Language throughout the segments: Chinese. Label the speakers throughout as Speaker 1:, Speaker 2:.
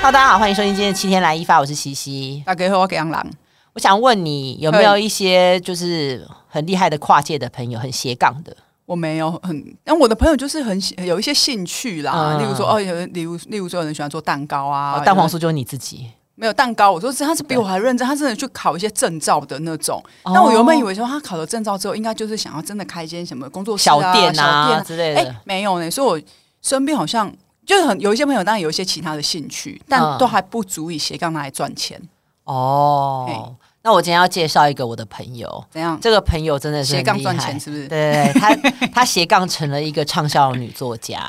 Speaker 1: 哈，大家好，欢迎收听今天的七天来一发，我是西西。
Speaker 2: 大家好，我给杨狼。
Speaker 1: 我想问你有没有一些就是很厉害的跨界的朋友，很斜杠的？
Speaker 2: 我没有很，但我的朋友就是很喜有一些兴趣啦，
Speaker 1: 嗯
Speaker 2: 例如说哦，有人例如例如说有人喜欢做蛋糕啊，
Speaker 1: 哦蛋黄
Speaker 2: 有人
Speaker 1: 酥就是你自己。
Speaker 2: 没有蛋糕，我说是他是比我还认真，他真的去考一些证照的那种。
Speaker 1: 哦
Speaker 2: 但我原本以为说他考了证照之后，应该就是想要真的开一间什么工作室、
Speaker 1: 小
Speaker 2: 啊、
Speaker 1: 店
Speaker 2: 小
Speaker 1: 啊
Speaker 2: 店啊
Speaker 1: 之类
Speaker 2: 哎、
Speaker 1: 的，
Speaker 2: 没有呢，所以我身边好像就是很有一些朋友，当然有一些其他的兴趣，
Speaker 1: 嗯
Speaker 2: 但都还不足以斜杠拿来赚钱。
Speaker 1: 哦。那我今天要介绍一个我的朋友，
Speaker 2: 怎样？
Speaker 1: 这个朋友真的是
Speaker 2: 斜
Speaker 1: 很
Speaker 2: 杠
Speaker 1: 厉
Speaker 2: 赚
Speaker 1: 害
Speaker 2: 钱是不是
Speaker 1: 对对对， 她她斜杠成了一个畅销女作家，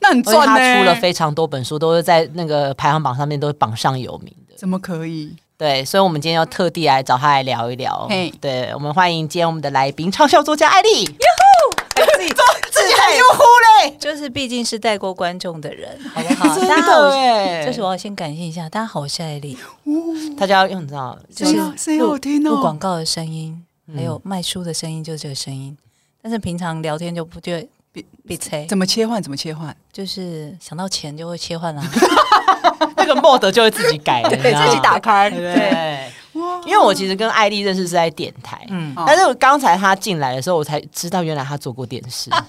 Speaker 2: 那很
Speaker 1: 而且
Speaker 2: 赚呢、
Speaker 1: 她出了非常多本书，都是在那个排行榜上面都是榜上有名的。
Speaker 2: 怎么可以？
Speaker 1: 对，所以我们今天要特地来找她来聊一聊
Speaker 2: 嘿。
Speaker 1: 对，我们欢迎今天我们的来宾畅销作家艾 丽。
Speaker 3: 自己
Speaker 1: 自己还呼嘞，
Speaker 3: 就是毕竟是带过观众的人，好不好？
Speaker 1: 真
Speaker 3: 大家
Speaker 1: 的
Speaker 3: 好，
Speaker 1: 哎，
Speaker 3: 这是我要先感谢一下大家好，我是艾 丽，
Speaker 1: 大家要用你知道，
Speaker 3: 就
Speaker 2: 哎
Speaker 3: 是
Speaker 2: 呀声音
Speaker 3: 录
Speaker 2: 好听哦
Speaker 3: 录广告的声音，还
Speaker 1: 嗯
Speaker 3: 有卖书的声音，就是这个声音。但是平常聊天就不就
Speaker 2: 比
Speaker 3: 比切，
Speaker 2: 怎么切换？怎么切换？
Speaker 3: 就是想到钱就会 切换啦、啊
Speaker 1: 那个 mod 就会自己 改，你知道吗
Speaker 3: 开，
Speaker 1: 对，
Speaker 2: 哇
Speaker 1: 因为我其实跟艾丽认识是在电台，
Speaker 3: 嗯，
Speaker 2: 哦
Speaker 1: 但是我刚才她进来的时候，我才知道原来她做过电视，
Speaker 3: 哦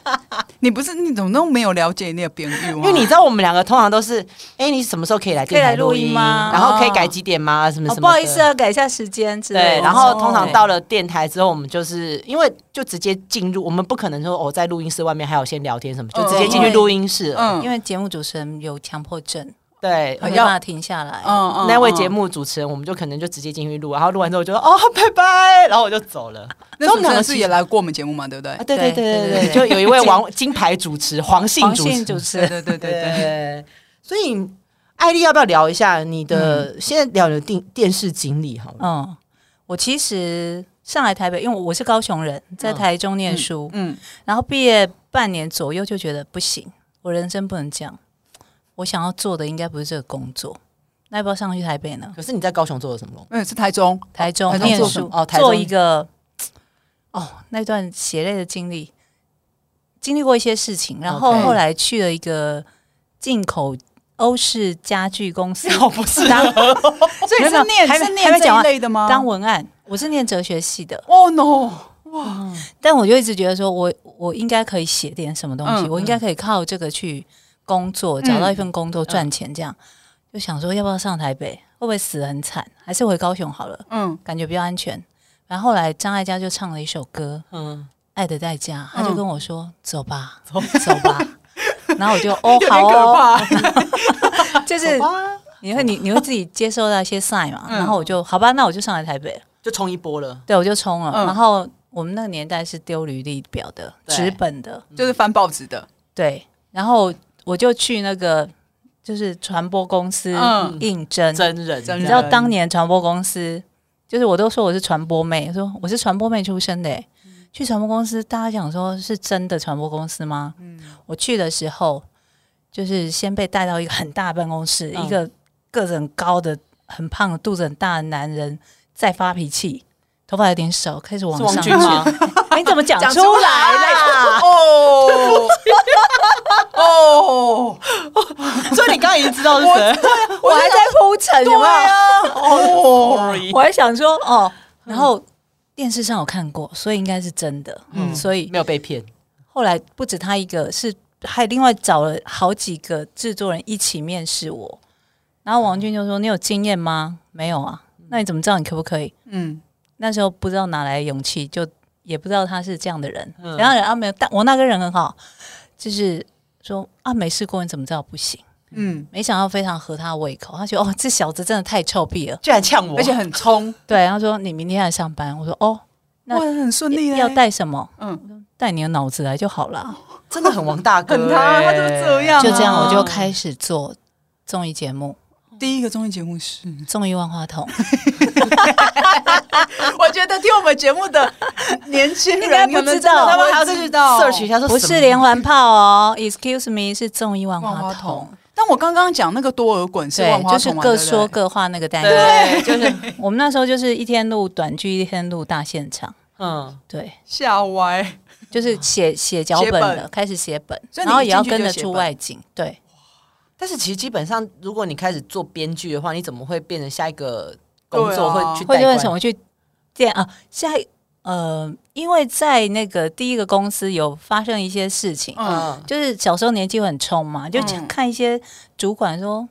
Speaker 2: 你不是你怎么都没有了解你的编剧吗？
Speaker 1: 因为你知道我们两个通常都是，哎，你什么时候可以来电
Speaker 3: 可以
Speaker 1: 台
Speaker 3: 来录
Speaker 1: 音
Speaker 3: 音吗
Speaker 1: 然后可以
Speaker 3: 哦
Speaker 1: 改几点吗？什么
Speaker 3: 哦
Speaker 1: 什么？
Speaker 3: 不好意思。啊，改一下时间之类
Speaker 1: 对，
Speaker 3: 的。哦
Speaker 1: 然后通常
Speaker 3: 对
Speaker 1: 到了电台之后，我们就是因为就直接进入，我们不可能说哦，在录音室外面还有先聊天什么，就直接进去录音室了。
Speaker 2: 嗯
Speaker 3: 因为节目主持人有强迫症，
Speaker 1: 对，
Speaker 3: 没
Speaker 2: 要
Speaker 3: 办法停下来。
Speaker 2: 嗯嗯
Speaker 1: 那位节目主持人，我们就可能就直接进去录，然后录完之后我就说哦拜拜，然后我就走了。
Speaker 2: 那主持人是也来过我们节目嘛，对不对
Speaker 1: 啊，？对对对对对，
Speaker 3: 对对对
Speaker 1: 就有一位王金牌主持黄姓
Speaker 3: 黄
Speaker 1: 主持
Speaker 3: 信，主持
Speaker 2: 对
Speaker 3: 人，
Speaker 2: 对对对对。
Speaker 1: 对，所以艾丽要不要聊一下你的现在聊你的电电视经历好了？
Speaker 3: 嗯，我其实上来台北，因为我是高雄人，在台中念书，
Speaker 2: 嗯，
Speaker 3: 然后毕业半年左右就觉得不行，我人生不能这样，我想要做的应该不是这个工作，那要不要上去台北呢？
Speaker 1: 可是你在高雄做了什么工？
Speaker 2: 嗯，是台中，
Speaker 3: 台中
Speaker 2: 台中
Speaker 3: 念
Speaker 2: 做什
Speaker 1: 么
Speaker 3: 书
Speaker 1: 哦哦台中
Speaker 3: 做一个哦，那段血泪的经历，经历过一些事情，然后
Speaker 1: OK
Speaker 3: 后来去了一个进口欧式家具公司
Speaker 1: 哦，不是
Speaker 3: 当
Speaker 2: 所以
Speaker 3: 哦没有
Speaker 2: 是
Speaker 3: 没有
Speaker 2: 念
Speaker 3: 还没
Speaker 2: 是
Speaker 3: 还
Speaker 2: 念
Speaker 3: 没讲
Speaker 2: 这一
Speaker 3: 完
Speaker 2: 类的吗？
Speaker 3: 当文案，我是念哲学系的，
Speaker 2: 哦 no，
Speaker 3: 但我就一直觉得说我，我应该可以写点什么东西，
Speaker 2: 嗯
Speaker 3: 我应该可以靠这个去工作，
Speaker 2: 嗯
Speaker 3: 找到一份工作赚钱，这样、就想说要不要上台北，会不会死得很惨，还是回高雄好哦了，
Speaker 2: 嗯，
Speaker 3: 感觉比较安全。然后后来张艾嘉就唱了一首歌《
Speaker 1: 嗯，
Speaker 3: 爱的代价》，
Speaker 2: 嗯
Speaker 3: 他就跟我说：“走吧，走吧。” 然后我就哦
Speaker 2: 有点
Speaker 3: 好
Speaker 2: 可
Speaker 3: 哦，
Speaker 2: 怕。
Speaker 3: 就是你会你你会自己接受到一些 sign 嘛，
Speaker 2: 嗯
Speaker 3: 然后我就好吧，那我就上来台北了。
Speaker 1: 就冲一波了。
Speaker 3: 对，我就冲了。
Speaker 2: 嗯
Speaker 3: 然后我们那个年代是丢履历表的，
Speaker 1: 对
Speaker 3: 纸本的，
Speaker 2: 就是翻报纸的，
Speaker 3: 对。然后我就去那个就是传播公司
Speaker 2: 嗯
Speaker 3: 应征，
Speaker 1: 真人，
Speaker 2: 真人
Speaker 3: 你知道当年传播公司，就是我都说我是传播妹，说我是传播妹出身的、欸。去传播公司，大家讲说是真的传播公司吗？
Speaker 1: 嗯
Speaker 3: 我去的时候，就是先被带到一个很大的办公室，
Speaker 1: 嗯
Speaker 3: 一个个子很高的、很胖的、肚子很大的男人在发脾气，头发有点少，开始往
Speaker 1: 是
Speaker 3: 上
Speaker 1: 王俊吗？
Speaker 3: 哎你怎么讲
Speaker 1: 讲
Speaker 3: 出
Speaker 1: 出
Speaker 3: 来啦？
Speaker 2: 哦 哦，
Speaker 1: 所以你刚刚已经知道是谁
Speaker 3: 我还在铺陈，有没有？
Speaker 2: 哦，
Speaker 1: ，sorry，
Speaker 3: 我还想说哦，然后电视上有看过，所以应该是真的。
Speaker 1: 嗯
Speaker 3: 嗯，所以
Speaker 1: 没有被骗。
Speaker 3: 后来不止他一个，是还另外找了好几个制作人一起面试我。然后王俊就说：“你有经验吗？没有啊，那你怎么知道你可不可以
Speaker 2: 嗯，？”
Speaker 3: 那时候不知道哪来的勇气，就也不知道他是这样的人。
Speaker 1: 嗯
Speaker 3: 然后啊没有，但我那个人很好，就是说啊没试过你怎么知道不行？
Speaker 2: 嗯，
Speaker 3: 没想到非常合他的胃口，他觉得哦这小子真的太臭屁了。
Speaker 1: 居然呛我，
Speaker 2: 而且很冲，
Speaker 3: 对，他说你明天来上班，我说哦那
Speaker 2: 哇，很顺利欸嘞
Speaker 3: 要带什么？
Speaker 2: 嗯，
Speaker 3: 带你的脑子来就好了。
Speaker 1: 真的很王大哥欸，
Speaker 2: 很他他就是这样啊
Speaker 3: 就这样，我就开始做综艺节目
Speaker 2: 第一个综艺节目是，
Speaker 3: 《综艺万花筒》，
Speaker 2: 我觉得听我们节目的年轻
Speaker 3: 应 该
Speaker 2: 人
Speaker 3: 不
Speaker 2: 可能
Speaker 3: 知道
Speaker 1: 他
Speaker 2: 他
Speaker 1: 们
Speaker 2: 们
Speaker 1: 还要
Speaker 2: 还要
Speaker 1: 再
Speaker 2: 再
Speaker 1: 去
Speaker 2: 去 search
Speaker 1: search 一
Speaker 2: 一
Speaker 1: 下，说
Speaker 3: 不是连环炮哦，Excuse me，是综艺万
Speaker 2: 万
Speaker 3: 花
Speaker 2: 花
Speaker 3: 筒
Speaker 2: 筒。。但我刚刚讲那个多尔滚是
Speaker 3: 对
Speaker 2: 万，
Speaker 3: 就
Speaker 2: 花
Speaker 3: 是
Speaker 2: 筒嘛，啊
Speaker 3: 各
Speaker 2: 对不对
Speaker 3: 说各话那个单元。
Speaker 1: 对， 就是
Speaker 3: 我们那时候就是一天录短剧，一天录大现场。
Speaker 1: 嗯，
Speaker 3: 对，
Speaker 2: 吓歪，
Speaker 3: 就是写写脚
Speaker 2: 写
Speaker 3: 本
Speaker 2: 本
Speaker 3: 了，开始写本，
Speaker 2: 所以你
Speaker 3: 然后
Speaker 2: 一
Speaker 3: 也要
Speaker 2: 进去
Speaker 3: 跟
Speaker 2: 就
Speaker 3: 着
Speaker 2: 写
Speaker 3: 出
Speaker 2: 本
Speaker 3: 外景。对，
Speaker 1: 但是其实基本上，如果你开始做编剧的话，你怎么会变成下一个工
Speaker 2: 对
Speaker 1: 作
Speaker 2: 啊
Speaker 1: 会去
Speaker 3: 或
Speaker 1: 代
Speaker 3: 者为
Speaker 1: 管？
Speaker 3: 什么去这样啊？下一呃，因为在那个第一个公司有发生一些事情，
Speaker 2: 嗯，
Speaker 3: 就是小时候年纪很冲嘛，就
Speaker 2: 嗯
Speaker 3: 看一些主管说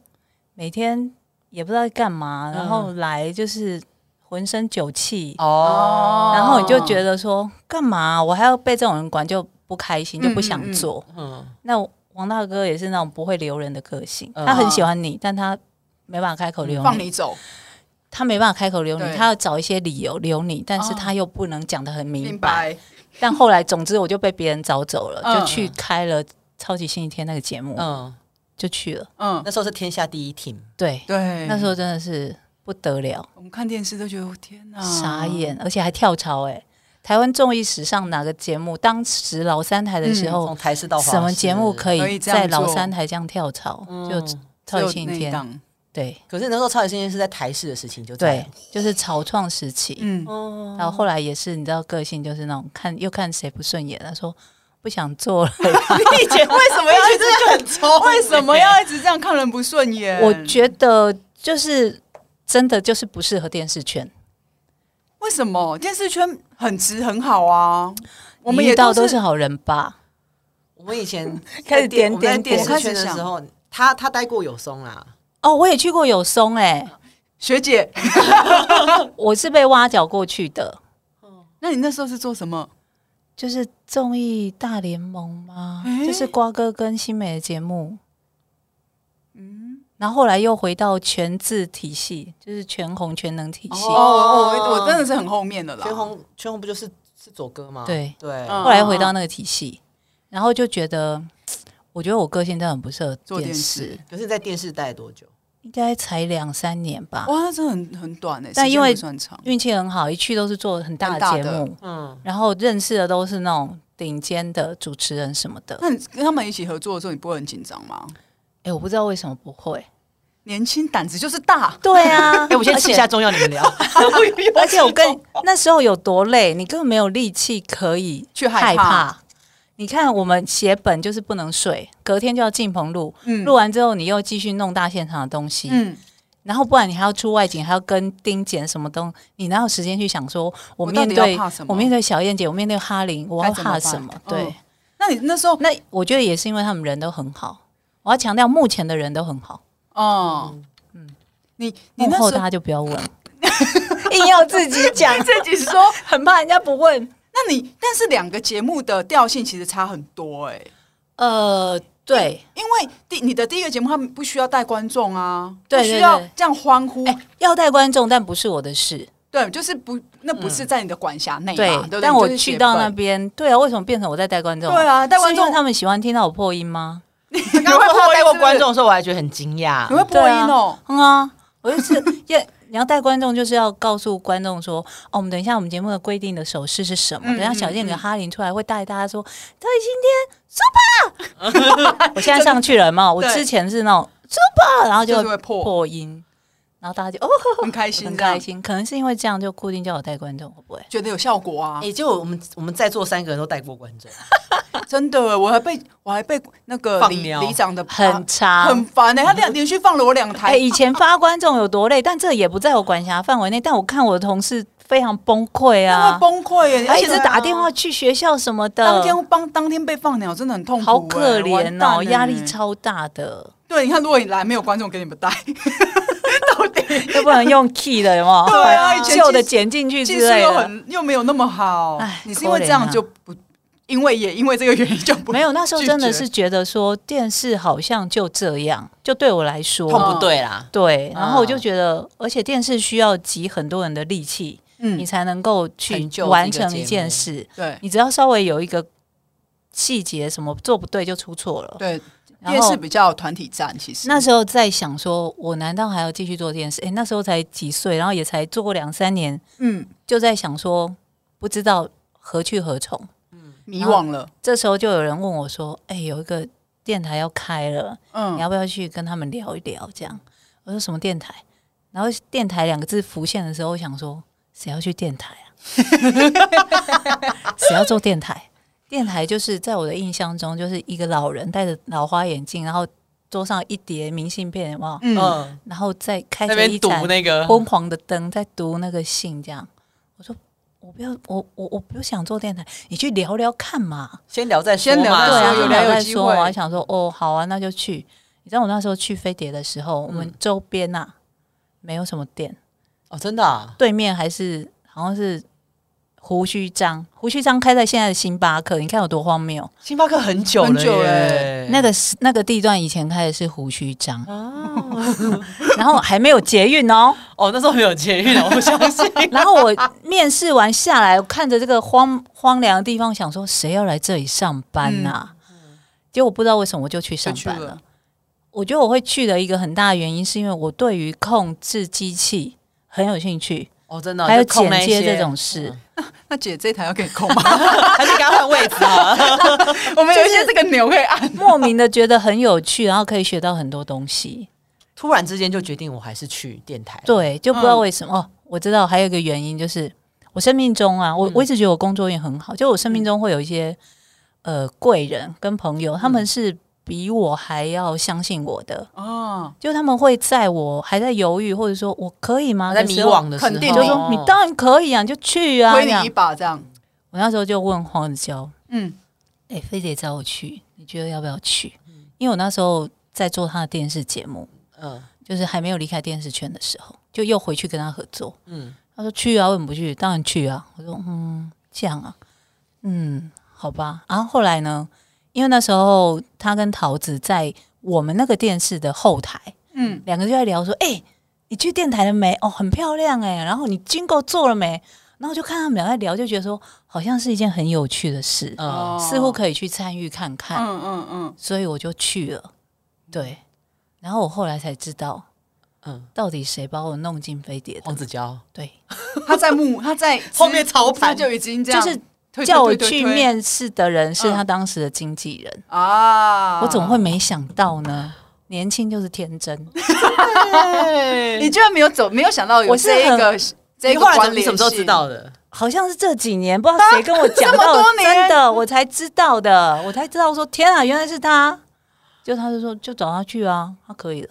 Speaker 3: 每天也不知道在干嘛，
Speaker 1: 嗯
Speaker 3: 然后来就是浑身酒气，
Speaker 1: 哦
Speaker 3: 然后你就觉得说干嘛我还要被这种人管，就不开心，就不
Speaker 2: 嗯嗯
Speaker 3: 想
Speaker 2: 嗯
Speaker 3: 做。
Speaker 1: 嗯
Speaker 3: 那王大哥也是那种不会留人的个性，
Speaker 1: 嗯
Speaker 3: 他很喜欢你，但他没办法开口留
Speaker 2: 放你走，
Speaker 3: 他没办法开口留你
Speaker 2: 对，
Speaker 3: 他要找一些理由留你，但是
Speaker 2: 哦
Speaker 3: 他又不能讲得很明白。
Speaker 2: 明白？
Speaker 3: 但后来，总之我就被别人找走了，
Speaker 2: 嗯
Speaker 3: 就去开了《超级星期天》那个节目，
Speaker 1: 嗯，
Speaker 3: 就去了。
Speaker 2: 嗯，
Speaker 1: 那时候是天下第一 team，
Speaker 3: 对，
Speaker 2: 对。
Speaker 3: 那时候真的是不得了，
Speaker 2: 我们看电视都觉得天哪，
Speaker 3: 傻眼，而且还跳槽哎、台湾综艺史上哪个节目？当时老三台的时
Speaker 1: 从
Speaker 2: 嗯
Speaker 3: 候，
Speaker 1: 台式到华
Speaker 3: 什么节目
Speaker 1: 视
Speaker 3: 可
Speaker 2: 可以
Speaker 3: 以
Speaker 2: 这样
Speaker 3: 在老
Speaker 2: 做嗯
Speaker 3: 三台这样跳槽？就《
Speaker 2: 只
Speaker 3: 超
Speaker 2: 有
Speaker 3: 级星
Speaker 2: 那
Speaker 3: 期
Speaker 2: 一
Speaker 3: 天》
Speaker 2: 档
Speaker 3: 对
Speaker 1: 可是那时候超级星期天是在台式的事情就在
Speaker 3: 对，就是草创时期。
Speaker 2: 嗯，
Speaker 1: 哦
Speaker 3: 然后后来也是，你知道个性就是那种看又看谁不顺眼，他说不想做了。
Speaker 1: 以前为什么要一直就很冲？
Speaker 2: 为什么要一直这样看人不顺眼？
Speaker 3: 我觉得就是真的就是不适合电视圈，
Speaker 2: 为什么电视圈很直很好啊？我们
Speaker 3: 你
Speaker 2: 也
Speaker 3: 遇到
Speaker 2: 都
Speaker 3: 都是好人吧？
Speaker 1: 我们以前
Speaker 3: 开始点
Speaker 1: 我们在
Speaker 3: 点
Speaker 1: 电
Speaker 2: 点
Speaker 1: 视圈的时候，他他待过有松啊啦，
Speaker 3: 哦，我也去过有松哎、
Speaker 2: 学姐。
Speaker 3: 我是被挖角过去的，
Speaker 2: 那你那时候是做什么？
Speaker 3: 就是综艺大联盟吗？
Speaker 2: 诶
Speaker 3: 就是瓜哥跟新美的节目。嗯，然后后来又回到全字体系，就是全红全能体系。
Speaker 2: 哦，我我真的是很后面的啦。
Speaker 1: 全红全红不就是是左哥吗？
Speaker 3: 对
Speaker 1: 对，
Speaker 2: 嗯
Speaker 3: 后来回到那个体系，然后就觉得，我觉得我个性真的很不适合
Speaker 2: 做电
Speaker 3: 视，
Speaker 2: 视
Speaker 1: 可是你在电视待多久？
Speaker 3: 应该才两三年吧。
Speaker 2: 哇，那真的很很短诶、欸，
Speaker 3: 啊但因为
Speaker 2: 时间不算长，
Speaker 3: 运气很好，一去都是做很大
Speaker 2: 很大
Speaker 3: 的
Speaker 2: 的
Speaker 3: 节目，
Speaker 1: 嗯，
Speaker 3: 然后认识的都是那种顶尖的主持人什么的。
Speaker 2: 那你跟他们一起合作的时候，你不会很紧张吗？
Speaker 3: 哎、我不知道为什么不会。
Speaker 2: 年轻胆子就是大，
Speaker 3: 对啊，
Speaker 1: 哎，我先吃一下中药，你们 聊。
Speaker 3: 而 且我跟
Speaker 2: 哦
Speaker 3: 那时候有多累，你根本没有力气可以
Speaker 2: 去害
Speaker 3: 害
Speaker 2: 怕
Speaker 3: 怕。你看，我们写本就是不能睡，隔天就要进棚录，
Speaker 2: 嗯
Speaker 3: 录、完之后你又继续弄大现场的东西，
Speaker 2: 嗯，
Speaker 3: 然后不然你还要出外景，还要跟丁检什么东，你哪有时间去想说
Speaker 2: 我
Speaker 3: 我面
Speaker 2: 到底要
Speaker 3: 对
Speaker 2: 怕什么
Speaker 3: 我面对小燕姐，我面对哈林，我要
Speaker 2: 该怎么
Speaker 3: 怕
Speaker 2: 办
Speaker 3: 什么
Speaker 2: 嗯？
Speaker 3: 对，
Speaker 2: 那你那时候，
Speaker 3: 那我觉得也是因为他们人都很好，我要强调目前的人都很好，
Speaker 2: 哦，嗯，你你
Speaker 3: 幕
Speaker 2: 那
Speaker 3: 后
Speaker 2: 时
Speaker 3: 大
Speaker 2: 候
Speaker 3: 家就 不要问，硬要自己讲，
Speaker 2: 自己说，
Speaker 3: 很怕人家不问。
Speaker 2: 那你但是两个节目的调性其实差很多诶、
Speaker 3: 呃，对，
Speaker 2: 因为第你的第一个节目，他们不需要带观众啊，
Speaker 3: 对
Speaker 2: 不需
Speaker 3: 对
Speaker 2: 要
Speaker 3: 对
Speaker 2: 这样欢呼，
Speaker 3: 哎、要带观众，但不是我的事。
Speaker 2: 对，就是不，那不是在你的管辖内嘛，
Speaker 3: 嗯对
Speaker 2: 对不对，
Speaker 3: 但我
Speaker 2: 哎就是
Speaker 3: 去
Speaker 2: 写
Speaker 3: 到
Speaker 2: 本
Speaker 3: 那边，对啊，为什么变成我在带观众？
Speaker 2: 对啊带观众
Speaker 3: 是因为他们喜欢听到我破音吗？
Speaker 1: 刚刚说他带过观众的时候，我还觉得很惊讶
Speaker 2: 你。会播
Speaker 3: 对
Speaker 2: 音
Speaker 3: 啊
Speaker 2: 哦，
Speaker 3: 嗯啊，我就是 要你要带观众，就是要告诉观众说，哦，我们等一下我们节目的规定的手势是什么？
Speaker 2: 嗯
Speaker 3: 等一下
Speaker 2: 嗯
Speaker 3: 小健
Speaker 2: 嗯
Speaker 3: 跟哈林出来会带大家说，超级今天 super，我 现在上去了嘛，我
Speaker 2: 对
Speaker 3: 之前是那种 super，然后
Speaker 2: 就
Speaker 3: 就是
Speaker 2: 会破，
Speaker 3: 破音，然后大家就哦
Speaker 2: 很开心，
Speaker 3: 很开，心，可能是因为这样就固定叫我带观众，会不会？
Speaker 2: 觉得有效果啊，
Speaker 1: 哎，就我们我们在座三个人都带过观众，
Speaker 2: 真的，我还被我还被那个
Speaker 1: 放
Speaker 2: 里
Speaker 1: 鸟
Speaker 2: 里长的
Speaker 3: 很
Speaker 2: 啊
Speaker 3: 长，
Speaker 2: 很烦呢，他 连连续放了我两
Speaker 3: 哎、
Speaker 2: 台，
Speaker 3: 以前发观众有多累，但这也不在我管辖范围内。但我看我的同事非常崩
Speaker 2: 真
Speaker 3: 溃
Speaker 2: 的会
Speaker 3: 啊，
Speaker 2: 崩溃耶，
Speaker 3: 而且
Speaker 2: 对
Speaker 3: 是
Speaker 2: 啊
Speaker 3: 打电话去学校什么的，
Speaker 2: 当天帮当天被放鸟，真的很痛苦耶，欸
Speaker 3: 好可
Speaker 2: 完
Speaker 3: 怜
Speaker 2: 蛋
Speaker 3: 哦，
Speaker 2: 耶
Speaker 3: 压力。超大的，
Speaker 2: 对，你看，如果你来没有观众给你们带，到底
Speaker 3: 又不能用 key 的，有没有？
Speaker 2: 对啊以前
Speaker 3: 旧的
Speaker 2: 技
Speaker 3: 剪进去
Speaker 2: 技
Speaker 3: 之
Speaker 2: 术
Speaker 3: 类
Speaker 2: 又
Speaker 3: 的。
Speaker 2: 很又没有那么好
Speaker 3: 哎，
Speaker 2: 你是因为这样就不，因为也因为这个原因就不
Speaker 3: 没有，那时候真的
Speaker 2: 拒绝
Speaker 3: 是觉得说电视好像就这样，就对我来
Speaker 1: 痛
Speaker 3: 说，
Speaker 1: 不对啦。
Speaker 3: 对。然后我就
Speaker 1: 嗯
Speaker 3: 觉得，而且电视需要集很多人的力气，你
Speaker 2: 嗯，
Speaker 3: 才能够
Speaker 1: 成
Speaker 3: 去
Speaker 1: 就
Speaker 3: 完
Speaker 1: 这个
Speaker 3: 成一
Speaker 1: 节目
Speaker 3: 件事。
Speaker 2: 对
Speaker 3: 你只要稍微有一个细节什么做不对就出错了。
Speaker 2: 对，
Speaker 3: 然
Speaker 2: 电视
Speaker 3: 后
Speaker 2: 比较有团体战，其实
Speaker 3: 那时候在想说，我难道还要继续做电视？诶，那时候才几岁，然后也才做过两三年，
Speaker 2: 嗯
Speaker 3: 就在想说，不知道何去何从。
Speaker 2: 迷惘了，
Speaker 3: 这时候就有人问我说：“诶，有一个电台要开了，
Speaker 2: 嗯
Speaker 3: 你，要不要去跟他们聊一聊？”这样，我说什么电台？然后“电台”两个字浮现的时候，我想说，谁要去电台啊？ 谁要做电台？电台就是在我的印象中，就是一个老人戴着老花眼镜，然后桌上一叠明信片，有没有？
Speaker 2: 嗯，
Speaker 1: 嗯，
Speaker 3: 然后再开
Speaker 4: 那
Speaker 3: 着一
Speaker 4: 边堵
Speaker 3: 盏
Speaker 4: 那个，
Speaker 3: 昏黄的灯，在读那个信，这样。我说我不要，我我我不想做电台，你去聊聊看嘛。
Speaker 1: 先聊再说
Speaker 2: 先聊
Speaker 1: 嘛
Speaker 2: 再说
Speaker 3: 对啊，
Speaker 2: 有
Speaker 3: 就
Speaker 2: 聊
Speaker 3: 聊
Speaker 2: 有
Speaker 3: 再
Speaker 2: 机
Speaker 3: 说。
Speaker 2: 会
Speaker 3: 我还想说，哦，好啊，那就去。你知道我那时候去飞碟的时
Speaker 2: 嗯
Speaker 3: 候，我们周边呐、没有什么店，
Speaker 1: 哦，真的啊，
Speaker 3: 对面还是好像是胡须章，胡须章开在现在的星巴克，你看有多荒谬。
Speaker 1: 星巴克很久了耶，
Speaker 2: 很久了
Speaker 3: 那个是那个地段以前开的是胡须章，
Speaker 2: 哦
Speaker 3: 然后还没有捷运哦。
Speaker 1: 哦，那时候没有捷运 了，我不相信。
Speaker 3: 然后我面试完下来，我看着这个荒荒凉的地方，想说谁要来这里上班呐、结果不知道为什么我就去
Speaker 2: 嗯就
Speaker 3: 上
Speaker 2: 去
Speaker 3: 班了
Speaker 2: 了。。
Speaker 3: 我觉得我会去的一个很大的原因，是因为我对于控制机器很有 兴趣，
Speaker 1: 哦，真的啊，
Speaker 3: 还有
Speaker 1: 就空
Speaker 3: 剪
Speaker 1: 那一
Speaker 3: 接
Speaker 1: 些嗯
Speaker 3: 这种事。
Speaker 2: 那姐这一台要给你扣 吗？
Speaker 1: 还是给他换位置啊？
Speaker 2: 我们有一些这个钮可以按。
Speaker 3: 莫名的觉得很有趣，然后可以学到很多东西。
Speaker 1: 突然之间就决定我还是去电台。，
Speaker 3: 对，就不知道为
Speaker 2: 嗯
Speaker 3: 什么。哦，我知道还有一个原因就是我生命中啊，
Speaker 2: 嗯
Speaker 3: 我、我一直觉得我工作运很好，就我生命中会有一些呃贵人跟朋友，他
Speaker 2: 嗯
Speaker 3: 们是比我还要相信我的，
Speaker 2: 哦，
Speaker 3: 就他们会在我还在犹豫或者说我可以吗
Speaker 1: 在
Speaker 3: 的
Speaker 1: 迷
Speaker 3: 啊时候
Speaker 1: 惘的哦时候，
Speaker 2: 肯定
Speaker 3: 就说你当然可以啊，你就去啊。
Speaker 2: 推
Speaker 3: 这样
Speaker 2: 你一把这样。
Speaker 3: 我那时候就问黄子佼，
Speaker 2: 嗯，
Speaker 3: 哎、菲姐找我去，你觉得要不要去？因为我那时候在做他的电视节目，
Speaker 1: 嗯
Speaker 3: 就是还没有离开电视圈的时候，就又回去跟他合作。
Speaker 1: 嗯，
Speaker 3: 他说去啊，为什么不去？当然去啊。我说嗯，这样啊，嗯，好吧。然后后来呢，因为那时候他跟桃子在我们那个电视的后台，
Speaker 2: 嗯，
Speaker 3: 两个就在聊说，哎、你去电台了没？哦，很漂亮哎、然后你军购做了没？然后就看他们俩在聊，就觉得说好像是一件很有趣的事，
Speaker 1: 嗯，
Speaker 3: 似乎可以去参与看看。
Speaker 2: 嗯嗯嗯，
Speaker 3: 所以我就去了。对，然后我后来才知道，
Speaker 1: 嗯，
Speaker 3: 到底谁把我弄进飞碟
Speaker 1: 黄
Speaker 3: 的？
Speaker 1: 子佼
Speaker 3: 对，
Speaker 2: 他在幕，他 在
Speaker 1: 后面操盘
Speaker 2: 他就已经这
Speaker 3: 就
Speaker 2: 样，
Speaker 3: 是
Speaker 2: 推推
Speaker 3: 叫我
Speaker 2: 推推
Speaker 3: 去
Speaker 2: 推
Speaker 3: 面试的人是
Speaker 2: 嗯
Speaker 3: 他当时的经纪人，
Speaker 2: 啊！
Speaker 3: 我怎么会？没想到呢？年轻就是天真，
Speaker 2: 你居然没有走，没有想到有
Speaker 3: 我是
Speaker 2: 这一个这一
Speaker 1: 你
Speaker 2: 个
Speaker 1: 后来
Speaker 2: 关
Speaker 1: 怎么你
Speaker 2: 联性
Speaker 1: 什么时候知？道的？
Speaker 3: 好像是这几年不知道谁跟我 讲
Speaker 2: 这么
Speaker 3: 到
Speaker 2: 多，年
Speaker 3: 真的我才知道的，我才知道说天啊，原来是他。就他就说就找他去啊，他可以的。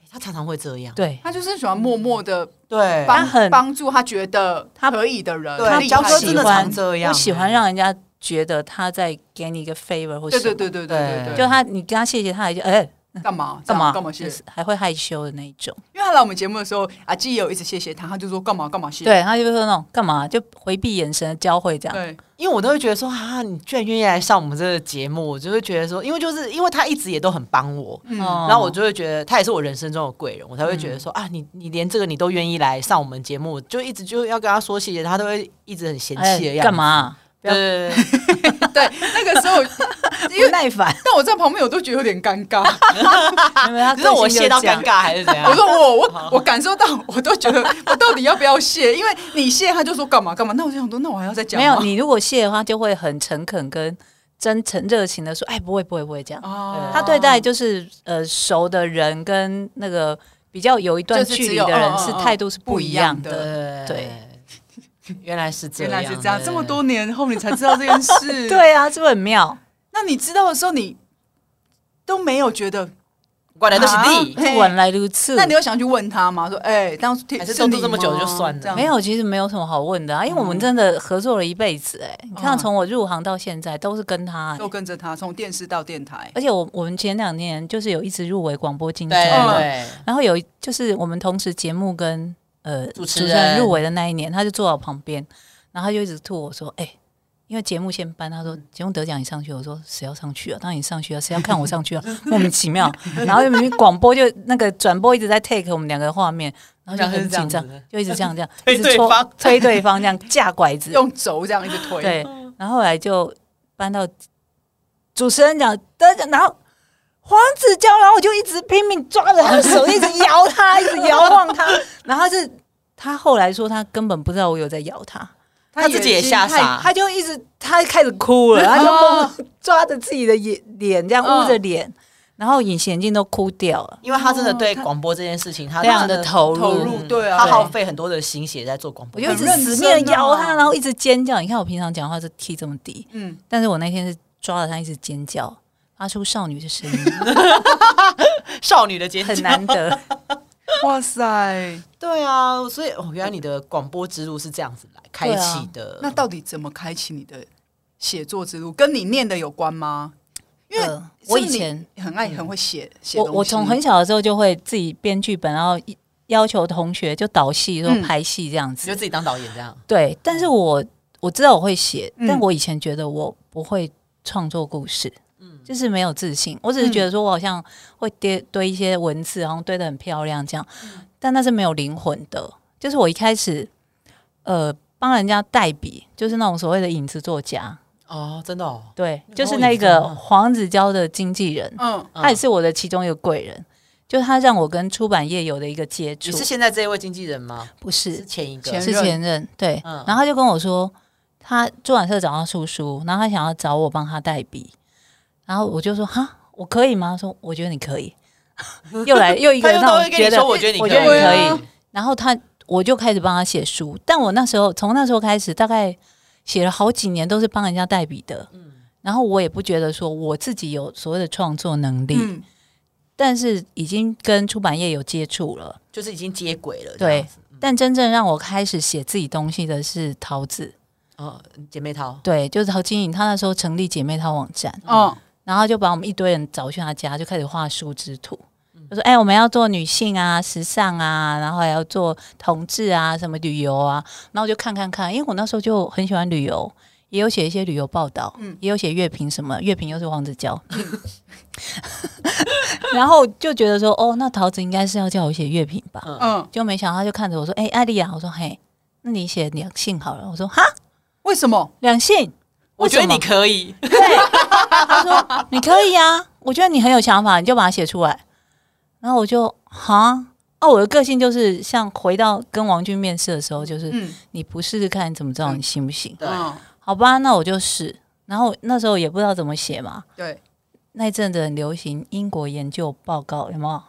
Speaker 1: 哎他常常会这样，
Speaker 3: 对，
Speaker 2: 他就是喜欢默默的
Speaker 1: 对
Speaker 3: 把
Speaker 2: 帮
Speaker 3: 很
Speaker 2: 帮助他觉得
Speaker 3: 他
Speaker 2: 可以的人，
Speaker 1: 对
Speaker 2: 厉
Speaker 1: 焦
Speaker 2: 害
Speaker 1: 哥
Speaker 2: 的
Speaker 1: 真的
Speaker 2: 人
Speaker 3: 喜欢
Speaker 1: 常这样，
Speaker 3: 我喜
Speaker 2: 欸
Speaker 3: 欢让人家觉得他在给你一个 favor 或
Speaker 2: 对
Speaker 3: 什
Speaker 2: 对
Speaker 3: 么
Speaker 2: 对对对对
Speaker 3: 就
Speaker 2: 对，
Speaker 3: 他，你跟他谢谢，他还就哎、
Speaker 2: 干嘛
Speaker 3: 干嘛
Speaker 2: 干嘛谢
Speaker 3: 就
Speaker 2: 谢
Speaker 3: 是？还会害羞的那一种。
Speaker 2: 因为他来我们节目的时候，阿基也有一直谢谢他，他就说干嘛干嘛谢谢。
Speaker 3: 对，啊他就会说那种干嘛，就回避眼神的交汇这样。
Speaker 2: 对，
Speaker 1: 因为我都会觉得说啊，你居然愿意来上我们这个节目，我就会觉得说，因为就是因为他一直也都很帮我，
Speaker 2: 嗯
Speaker 3: 哦
Speaker 1: 然后我就会觉得他也是我人生中的贵人，我才会觉得说、啊，你你连这个你都愿意来上我们节目，就一直就要跟他说谢谢，他都会一直很嫌
Speaker 3: 哎
Speaker 1: 弃的样子。
Speaker 3: 干？嘛
Speaker 1: 对对对对，
Speaker 2: 对，那个时候， 因
Speaker 3: 不
Speaker 2: 为
Speaker 3: 耐烦？
Speaker 2: 但我在旁边，我都觉得有点尴尬。
Speaker 1: 啊
Speaker 3: 因为他
Speaker 1: 你知道我谢
Speaker 3: 谢
Speaker 1: 到尴。尬还是 怎样？
Speaker 2: 我说我我我感受到，我都觉得我到底要不要谢？因为你谢，他就说干嘛干嘛。那我就想说，那我还要再讲
Speaker 3: 没
Speaker 2: 吗
Speaker 3: 有，你如果谢的话，就会很诚恳跟真诚热情的说，哎，不会不会不会这样。
Speaker 2: 哦
Speaker 3: 他对待就是呃熟的人跟那个比较有一段
Speaker 2: 就是
Speaker 3: 距
Speaker 2: 只
Speaker 3: 离
Speaker 2: 有
Speaker 3: 的
Speaker 2: 嗯
Speaker 3: 人
Speaker 2: 嗯
Speaker 3: 是
Speaker 2: 嗯
Speaker 3: 态度是
Speaker 2: 不
Speaker 3: 不
Speaker 2: 一
Speaker 3: 一
Speaker 2: 样
Speaker 3: 样
Speaker 2: 的
Speaker 3: 的。
Speaker 1: 对，原来是这
Speaker 2: 原
Speaker 1: 样，
Speaker 2: 来是这样，
Speaker 1: 对
Speaker 2: 这么多年后你才知道这件事。，
Speaker 3: 对啊，是不是很妙？
Speaker 2: 那你知道的时候，你都没有觉得，
Speaker 1: 果然都是你
Speaker 2: 啊。嘿
Speaker 3: 本来如此。
Speaker 2: 那你有想去问他吗？说，哎、当初
Speaker 1: 嗯还是
Speaker 2: 都
Speaker 1: 都这么久就算了
Speaker 2: 这样
Speaker 3: 没有，其实没有什么好问的啊，因为我们真的合作了一辈子哎、你看，从我入行到现在都是跟他、哎
Speaker 2: 都跟着他，从电视到电台。
Speaker 3: 而且我我们前两年就是有一直入围广播金钟
Speaker 1: 对
Speaker 3: 嘛，
Speaker 1: 对，
Speaker 3: 然后有一就是我们同时节目跟呃
Speaker 1: 主持
Speaker 3: 持
Speaker 1: 人
Speaker 3: 人入围的那一年，他就坐我旁边，然后他就一直吐我说：“哎、因为节目先颁，他说节目得奖你上去。”我说：“谁要上去啊？当然你上去啊，谁要看我上去啊？莫名其妙。”然后就明明广播就那个转播一直在 take 我们两个的画面，然后就很
Speaker 1: 然后是
Speaker 3: 紧
Speaker 1: 这样
Speaker 3: 张
Speaker 1: 子的，
Speaker 3: 就一直这样这样，
Speaker 1: 推
Speaker 3: 一直
Speaker 1: 对
Speaker 3: 戳
Speaker 1: 方
Speaker 3: 推对方这样架拐 子，
Speaker 2: 用轴这样一直推，
Speaker 3: 对，
Speaker 1: 嗯
Speaker 3: 然后后来就搬到主持人讲得奖，然后黄子佼，然后我就一直拼命抓着他的手，一直摇 他，一直摇晃他，然后他是他后来说他根本不知道我有在摇他，
Speaker 1: 他自己也吓傻，
Speaker 3: 他就一直他开始 哭了，他就梦抓着自己的眼脸这样捂
Speaker 1: 嗯
Speaker 3: 着脸，然后隐形眼镜都哭掉了，
Speaker 1: 因为他真的对广播这件事情，他
Speaker 3: 非常
Speaker 1: 真嗯
Speaker 3: 的投入，
Speaker 2: 投入，对啊，
Speaker 1: 他耗费很多的心血在做广播
Speaker 3: 我
Speaker 1: 节目，
Speaker 3: 就一直
Speaker 2: 很认
Speaker 3: 死命的摇
Speaker 2: 真
Speaker 3: 他，
Speaker 2: 啊
Speaker 3: 然后一直尖叫。你看我平常讲话是 key 这么低，
Speaker 2: 嗯，
Speaker 3: 但是我那天是抓着他一直尖叫，发出少女的声音，
Speaker 1: 少女的尖叫
Speaker 3: 很。难 得。
Speaker 2: 哇塞，
Speaker 1: 对啊，所以哦，原来你的广播之路是这样子来开启的。
Speaker 2: 那到底怎么开启你的写作之路？跟你念的有关吗？因为
Speaker 3: 呃
Speaker 2: 是不
Speaker 3: 我
Speaker 2: 是
Speaker 3: 以
Speaker 2: 你
Speaker 3: 前嗯
Speaker 2: 很爱很会写写
Speaker 3: 我
Speaker 2: 东西，
Speaker 3: 我从很小的时候就会自己编剧本，然后一要求同学就导戏，说
Speaker 2: 嗯
Speaker 3: 排戏这样
Speaker 1: 你
Speaker 3: 子。
Speaker 1: 就自己当导演这样，
Speaker 3: 对，但是我我知道我会写，
Speaker 2: 嗯
Speaker 3: 但我以前觉得我不会创作故事，
Speaker 1: 嗯
Speaker 3: 就是没有自信。我只是觉得说我好像会堆堆一些文字，好像堆得很漂亮这样，
Speaker 1: 嗯
Speaker 3: 但那是没有灵魂的。就是我一开始，呃，帮人家代笔，就是那种所谓的影子作家，
Speaker 1: 哦，真的哦，
Speaker 3: 对，就是
Speaker 1: 哦
Speaker 3: 那
Speaker 1: 影子作
Speaker 3: 个
Speaker 1: 家
Speaker 3: 黄子佼的经纪人，
Speaker 2: 嗯
Speaker 1: 嗯
Speaker 3: 他也是我的其中一个贵人，就是他让我跟出版业有的一个接触
Speaker 1: 你，是现在这一位经纪人吗？
Speaker 3: 不是
Speaker 1: 是前一个，
Speaker 2: 前
Speaker 3: 是前任，对。
Speaker 1: 嗯
Speaker 3: 然后他就跟我说，他出版社找他出书，然后他想要找我帮他代笔，然后我就说哈，我可以吗？他说我觉得你可以， 又来又一个
Speaker 1: 他又都
Speaker 3: 那
Speaker 1: 会
Speaker 3: 种
Speaker 1: 跟
Speaker 3: 觉
Speaker 1: 你说，
Speaker 3: 得，
Speaker 1: 我觉得你
Speaker 3: 我
Speaker 1: 可
Speaker 3: 觉得
Speaker 1: 以，
Speaker 3: 你可
Speaker 2: 对啊
Speaker 3: 以。然后他我就开始帮他写书，但我那时候从那时候开始，大概写了好几年都是帮人家代笔的，
Speaker 1: 嗯
Speaker 3: 然后我也不觉得说我自己有所谓的创作能力，
Speaker 2: 嗯，
Speaker 3: 但是已经跟出版业有接触了。
Speaker 1: 就是已经接轨了。
Speaker 3: 对，但真正让我开始写自己东西的是桃子，
Speaker 1: 哦，姐妹淘，
Speaker 3: 对，就是陶晶莹，她那时候成立姐妹淘网站，
Speaker 2: 哦，
Speaker 3: 然后就把我们一堆人找去她家，就开始画树枝图，
Speaker 1: 嗯
Speaker 3: 就说：“哎、我们要做女性啊，时尚啊，然后还要做同志啊，什么旅游啊。”然后我就看看看，因为我那时候就很喜欢旅游，也有写一些旅游报道，
Speaker 2: 嗯
Speaker 3: 也有写乐评什么，乐评又是黄子佼。 然后就觉得说，哦，那桃子应该是要叫我写乐评吧，
Speaker 1: 嗯，
Speaker 2: 嗯，
Speaker 3: 就没想到他就看着我说：“哎、艾丽亚。”我说：“嘿，那你写两性好了。”我说：“哈，
Speaker 2: 为什么？
Speaker 3: 两性？
Speaker 1: 我觉得你
Speaker 3: 为什
Speaker 1: 可 以，
Speaker 3: 么对。”他说：“你可以啊，我觉得你很有想法，你就把它写出来。”然后我就哈，哦，我的个性就是像回到跟王军面试的时候，就是、
Speaker 2: 嗯
Speaker 3: 你不试试看，你怎么知道你行不行？
Speaker 1: 对，
Speaker 2: 嗯
Speaker 3: 好吧，那我就试。然后那时候也不知道怎么写嘛，
Speaker 2: 对
Speaker 3: 那一阵子很流行英国研究报告，有没有？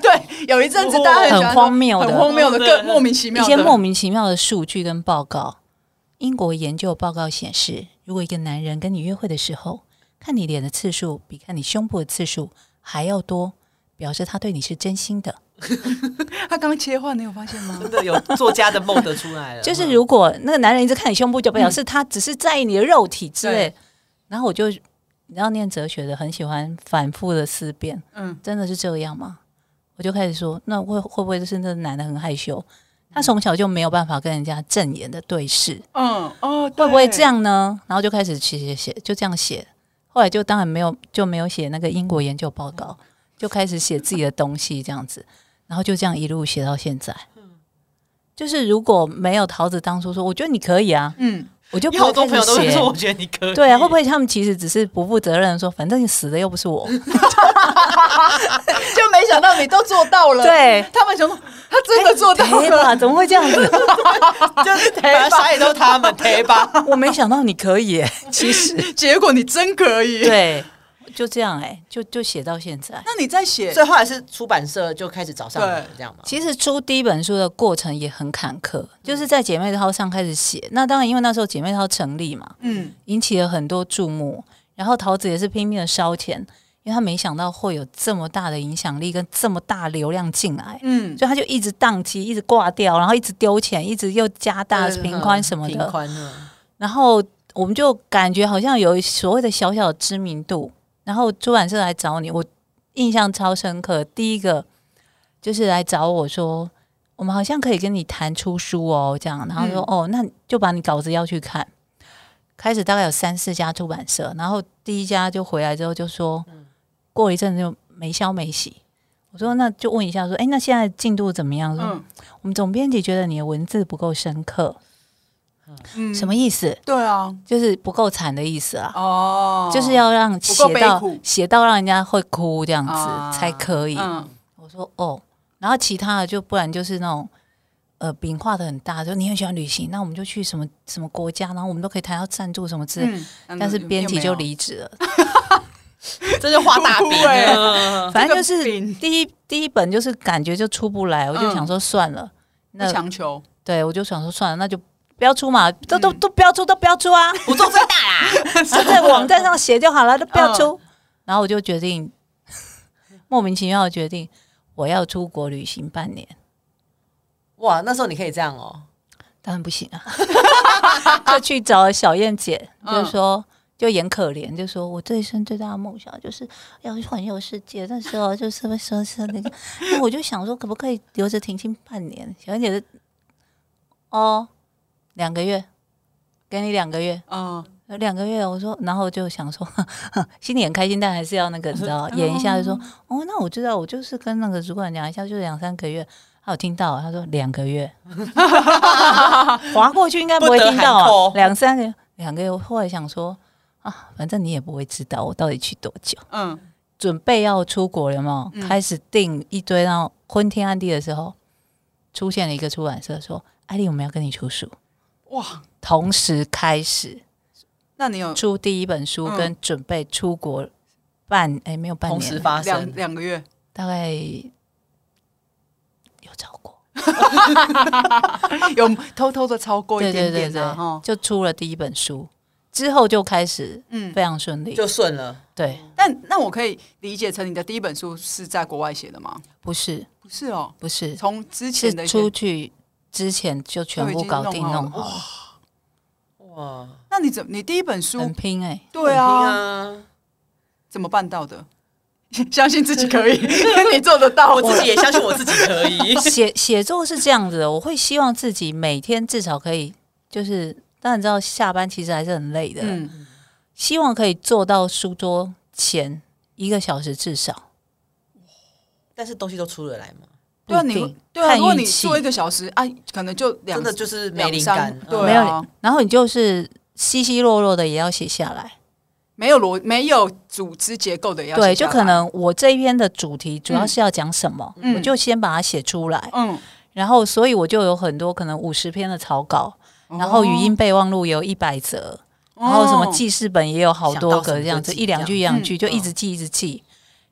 Speaker 2: 对，有一阵子大家喜欢
Speaker 3: 很荒谬的
Speaker 2: 很荒谬的，
Speaker 1: 对对
Speaker 2: 更莫名其
Speaker 3: 一
Speaker 2: 妙
Speaker 3: 些
Speaker 2: 的，
Speaker 3: 莫名其妙的数据跟报告。英国研究报告显示，如果一个男人跟你约会的时候，看你脸的次数比看你胸部的次数还要多，表示他对你是真心的。
Speaker 2: 他刚刚切换，你有发现吗
Speaker 1: 真？的有作家的梦得出来
Speaker 2: 嗯
Speaker 1: 了。
Speaker 3: 就是如果那个男人一直看你胸部，就表示他只是在意你的肉体之类。然后我就，你知道念哲学的很喜欢反复的思辨，
Speaker 2: 嗯，
Speaker 3: 真的是这样吗？我就开始说，那会会不会就是那个男的很害羞？他从小就没有办法跟人家正眼的对视，
Speaker 2: 嗯哦，
Speaker 3: 会
Speaker 2: 会
Speaker 3: 不会这？样呢？然后就开始写写写，就这样写。后来就当然没有就没有写那个英国研究报告，就开始写自己的东西这样子，然后就这样一路写到现在。就是如果没有桃子当初说，我觉得你可以啊，
Speaker 2: 嗯，
Speaker 3: 我就
Speaker 1: 你
Speaker 3: 不
Speaker 1: 好
Speaker 3: 会
Speaker 1: 多
Speaker 3: 开
Speaker 1: 朋友
Speaker 3: 始
Speaker 1: 都会
Speaker 3: 写
Speaker 1: 说，。我觉得你可以，
Speaker 3: 对啊，会不会他们其实只是不负责任地说，反正你死的又不 是我。
Speaker 2: 就没想到你都做到了，
Speaker 3: 对，
Speaker 2: 他们想说他真的做到
Speaker 3: 哎对
Speaker 2: 了，
Speaker 3: 吧？怎么会这样子？
Speaker 1: 就是 反正啥也都是他 们赔吧？
Speaker 3: 我没想到你可以、耶其实
Speaker 2: 结果你真可以。
Speaker 3: 对，就这样哎、就就写到现在。
Speaker 2: 那你在写
Speaker 1: 所以后来是出版社就开始找上你了
Speaker 2: 对
Speaker 1: 这样嘛？
Speaker 3: 其实出第一本书的过程也很坎坷，
Speaker 1: 嗯
Speaker 3: 就是在姐妹淘上开始写。那当然，因为那时候姐妹淘成立嘛，
Speaker 2: 嗯
Speaker 3: 引起了很多注目。然后桃子也是拼命的烧钱，因为她没想到会有这么大的影响力跟这么大流量进来，
Speaker 2: 嗯，
Speaker 3: 所以她就一直宕机，一直挂掉，然后一直丢钱，一直又加大
Speaker 1: 对
Speaker 3: 平宽什么
Speaker 1: 平
Speaker 3: 的。
Speaker 1: 宽嗯呢？
Speaker 3: 然后我们就感觉好像有所谓的小小的知名度。然后出版社来找你，我印象超深刻。第一个就是来找我说，我们好像可以跟你谈出书哦，这样。然后说、
Speaker 2: 嗯
Speaker 3: 哦，那就把你稿子要去看。开始大概有三四家出版社，然后第一家就回来之后就说，
Speaker 2: 嗯
Speaker 3: 过了一阵子就没消没息。我说那就问一下，说哎，那现在进度怎么样？说、
Speaker 2: 嗯
Speaker 3: 我们总编辑觉得你的文字不够深刻，
Speaker 2: 嗯
Speaker 3: 什么意思？
Speaker 2: 对啊，
Speaker 3: 就是不够惨的意思啊，
Speaker 2: 哦，
Speaker 3: 就是要让
Speaker 2: 不够
Speaker 3: 写
Speaker 2: 悲
Speaker 3: 到
Speaker 2: 苦
Speaker 3: 写到让人家会哭这样子、
Speaker 2: 啊
Speaker 3: 才可以。
Speaker 2: 嗯
Speaker 3: 我说哦，然后其他的就不然就是那种呃饼画的很大，就你很喜欢旅行，那我们就去什么什么国家，然后我们都可以谈到赞助什么之类。
Speaker 2: 嗯，
Speaker 3: 但是编辑就
Speaker 2: 离。
Speaker 3: 离职 了，
Speaker 1: 这就画大 饼啊
Speaker 2: 哭欸
Speaker 1: 了。
Speaker 3: 反正就
Speaker 2: 这个
Speaker 3: 是
Speaker 2: 饼
Speaker 3: 第一第一本就是感觉就出不来，我就
Speaker 2: 嗯
Speaker 3: 想说算了，
Speaker 2: 不
Speaker 3: 那
Speaker 2: 强求，
Speaker 3: 对我就想说算了，那就不要出嘛，都
Speaker 2: 嗯
Speaker 3: 都都不要出，都不要出啊，
Speaker 1: 我做最大啦！
Speaker 3: 嗯就在网站上写就好了，都不要出。然后我就决定， 莫名其妙的决定，我要出国旅行半年，
Speaker 1: 哇，那时候你可以这样哦，
Speaker 3: 当然不行啊， 就去找小燕姐，就
Speaker 2: 嗯
Speaker 3: 说。就演可怜，就说我这一生最大的梦想就是要环游世界。那时候就是会说是那个，那我就想说，可不可以留着停薪半年？小燕姐是哦，两个月，给你两个月，
Speaker 2: 嗯，
Speaker 3: 有两个月，我说，然后就想说， 心里很开心，但还是要那个，你知 道，演一下，就说，
Speaker 1: 嗯
Speaker 3: 哦，那我知道，我就是跟那个主管讲一下，就是两三个月。他有听到，他说两 个月，划过去应该不会
Speaker 1: 不
Speaker 3: 听到
Speaker 1: 得喊
Speaker 3: 啊
Speaker 1: 扣，
Speaker 3: 两三个两个月。我后来想说啊，反正你也不会知道我到底去多久。
Speaker 2: 嗯，
Speaker 3: 准备要出国了，有没有？
Speaker 2: 嗯
Speaker 3: 开始订一堆，然后昏天暗地的时候，出现了一个出版社说：“艾丽，我们要跟你出书。
Speaker 2: 哇，”
Speaker 3: 同时开始，
Speaker 2: 那你有
Speaker 3: 出第一本书
Speaker 2: 嗯
Speaker 3: 跟准备出国半哎、没有半
Speaker 1: 同
Speaker 3: 年
Speaker 1: 时
Speaker 3: 了，
Speaker 1: 发
Speaker 2: 两
Speaker 1: 生，
Speaker 2: 两个月，
Speaker 3: 大概有超过
Speaker 2: 有偷偷的超过一点点
Speaker 3: 对对
Speaker 2: 啊，
Speaker 3: 对对
Speaker 2: 哈，。
Speaker 3: 就出了第一本书之后就开始
Speaker 2: 嗯
Speaker 3: 非，常顺利。
Speaker 1: 就顺了。
Speaker 3: 对，
Speaker 2: 但那我可以理解成你的第一本书是在国外写的吗？
Speaker 3: 不是
Speaker 2: 不是哦，
Speaker 3: 不是，
Speaker 2: 从之前的
Speaker 3: 是
Speaker 2: 一
Speaker 3: 出
Speaker 2: 些，
Speaker 3: 去之前就全
Speaker 2: 都已
Speaker 3: 部
Speaker 2: 经
Speaker 3: 搞定
Speaker 2: 弄好了
Speaker 3: 弄好了，
Speaker 1: 哇，
Speaker 2: 那你怎你第一本书
Speaker 3: 很拼哎、。
Speaker 2: 对
Speaker 1: 很拼
Speaker 2: 啊，
Speaker 1: 啊，
Speaker 2: 怎么办到的？ 相信自己可以， 你做得到
Speaker 1: 我自己也相信我自己可 以
Speaker 3: 写写作是这样子的，我会希望自己每天至少可以，就是当然你知道下班其实还是很累的，
Speaker 2: 嗯，
Speaker 3: 希望可以做到书桌前一个小时至少。
Speaker 1: 但是东西都出得来吗？
Speaker 2: 对啊，
Speaker 3: 不一
Speaker 2: 你
Speaker 3: 定
Speaker 2: 对啊，
Speaker 3: 看
Speaker 2: 如果
Speaker 3: 运
Speaker 2: 你
Speaker 3: 气
Speaker 2: 做一个小时啊，可能就两
Speaker 1: 真的就是没
Speaker 2: 两
Speaker 1: 灵
Speaker 2: 三
Speaker 1: 感，嗯
Speaker 2: 对啊
Speaker 3: 没有，然后你就是稀稀落落的也要写下来。
Speaker 2: 没有逻没有组织结构的要
Speaker 3: 对，
Speaker 2: 写下
Speaker 3: 就
Speaker 2: 来
Speaker 3: 可能我这一篇的主题主要是要讲什么，
Speaker 2: 嗯
Speaker 3: 我就先把它写出来。
Speaker 2: 嗯，
Speaker 3: 然后，所以我就有很多可能五十篇的草稿，然后语音备忘录也有一百则，
Speaker 2: 哦，
Speaker 3: 然后什么记事本也有好多
Speaker 1: 想到什
Speaker 3: 个
Speaker 1: 么就
Speaker 3: 这样子，
Speaker 1: 记
Speaker 3: 一两句一
Speaker 2: 样
Speaker 3: 两句
Speaker 2: 嗯
Speaker 3: 就一直记一直记。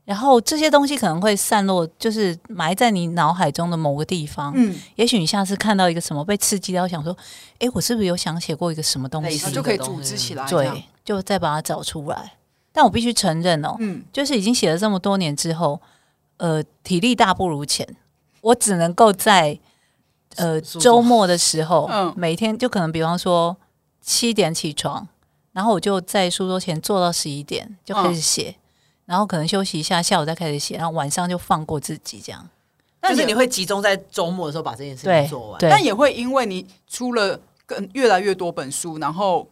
Speaker 3: 然后这些东西可能会散落，就是埋在你脑海中的某个地方。
Speaker 2: 嗯，
Speaker 3: 也许你下次看到一个什么被刺激到，想说，诶，我是不是有想写过一个什么东
Speaker 1: 类
Speaker 3: 西？
Speaker 1: 似
Speaker 2: 然后
Speaker 1: 的
Speaker 2: 哦就可以组织起来，这样
Speaker 3: 对，就再把它找出来。但我必须承认哦，
Speaker 2: 嗯，
Speaker 3: 就是已经写了这么多年之后，呃，体力大不如前，我只能够在呃
Speaker 1: 书
Speaker 3: 周末的时候，
Speaker 2: 嗯
Speaker 3: 每天就可能比方说七点起床，然后我就在书桌前坐到十一点就开始写，
Speaker 1: 嗯
Speaker 3: 然后可能休息一下，下午再开始写，然后晚上就放过自己这样。
Speaker 2: 但
Speaker 1: 就是
Speaker 2: 也
Speaker 1: 你会集中在周末的时候把这件事
Speaker 3: 对
Speaker 1: 情做完。
Speaker 2: 但
Speaker 3: 对，
Speaker 2: 也会因为你出了更越来越多本书，然后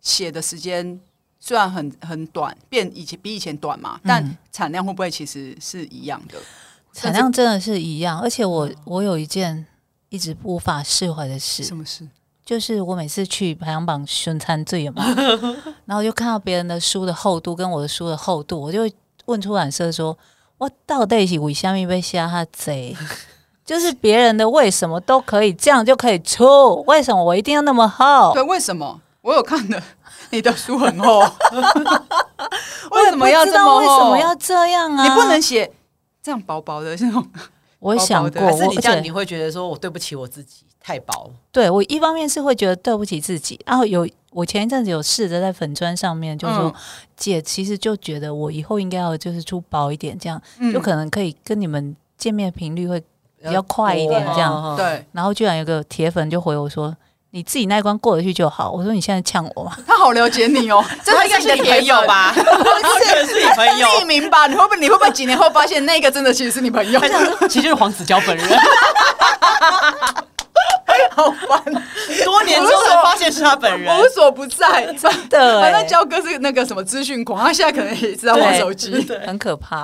Speaker 2: 写的时间虽然很很短，变以前比以前短嘛，
Speaker 3: 嗯
Speaker 2: 但产量会不会其实是一样的？
Speaker 3: 产量真的是一样，而且我我有一件一直无法释怀的事，
Speaker 2: 嗯什么事？
Speaker 3: 就是我每次去排行榜选餐最有没有 然后就看到别人的书的厚度跟我的书的厚度，我就会问出版社说：“我到底是为虾米被虾他贼？ 就是别人的为什么都可以这样就可以出，为什么我一定要那么厚
Speaker 2: 对，为什么？我有看的，你的书很 厚，
Speaker 3: 我
Speaker 2: 为
Speaker 3: 也
Speaker 2: 什
Speaker 3: 不
Speaker 2: 么要
Speaker 3: 知
Speaker 2: 这
Speaker 3: 道
Speaker 2: 么厚？
Speaker 3: 为什么要这样啊？
Speaker 2: 你不能哦写这样薄薄的这种，
Speaker 3: 我也想过，
Speaker 2: 薄
Speaker 1: 还
Speaker 2: 薄
Speaker 1: 是
Speaker 3: 我
Speaker 1: 你
Speaker 3: 而
Speaker 1: 这样，
Speaker 3: 且
Speaker 1: 你会觉得说我对不起我自己，太 薄。
Speaker 3: 对我一方面是会觉得对不起自己，然后有我前一阵子有试着在粉砖上面就说、
Speaker 2: 嗯
Speaker 3: 姐，其实就觉得我以后应该要就是出薄一点这样。
Speaker 2: 嗯
Speaker 3: 就可能可以跟你们见面频率会，比较快一
Speaker 2: 点这
Speaker 3: 样
Speaker 1: 哦，
Speaker 2: 对
Speaker 3: 然后居然有个铁粉就回我说：“你自己那一关过得去就好。”我说：“你现在呛我吗
Speaker 2: 他好了解你 哦，这
Speaker 1: 他
Speaker 2: 才
Speaker 1: 应该
Speaker 2: 是
Speaker 1: 是
Speaker 2: 你
Speaker 1: 你
Speaker 2: 的
Speaker 1: 朋
Speaker 2: 朋友
Speaker 1: 友吧？
Speaker 2: 吧？
Speaker 1: 他可能是你朋
Speaker 2: 匿
Speaker 1: 友，
Speaker 2: 名吧？你会不会你会不会几年后发现那个真的其实是你朋 友？
Speaker 1: 其实就是黄子佼本 人。
Speaker 2: 好烦，
Speaker 1: 多年之后才发现是他本人
Speaker 2: 我。无所不在。反”
Speaker 3: 对，
Speaker 2: 反正焦哥是那个什么资讯狂，他现在可能也知道玩手机。
Speaker 1: 对
Speaker 3: 很可怕。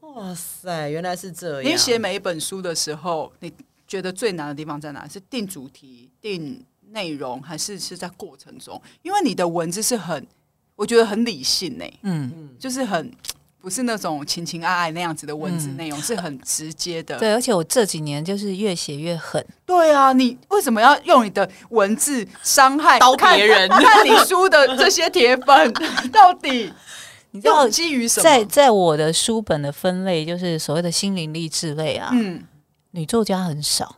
Speaker 1: 哇塞，原来是这样。
Speaker 2: 你写每一本书的时候，你觉得最难的地方在哪？是定主题、定内容，还是是在过程中？因为你的文字是很，我觉得很理性呢、
Speaker 3: 嗯，
Speaker 2: 就是很不是那种情情爱爱那样子的文字内容，是很直接的。
Speaker 3: 对，而且我这几年就是越写越狠，
Speaker 2: 对啊，你为什么要用你的文字伤害
Speaker 1: 刀
Speaker 2: 看
Speaker 1: 别人
Speaker 2: 看你书的这些铁 粉，到底
Speaker 3: 你知道
Speaker 2: 用，基于什
Speaker 3: 在
Speaker 2: 么？
Speaker 3: 在我的书本的分类就是所谓的心灵励志类啊，
Speaker 2: 嗯，
Speaker 3: 女作家很少。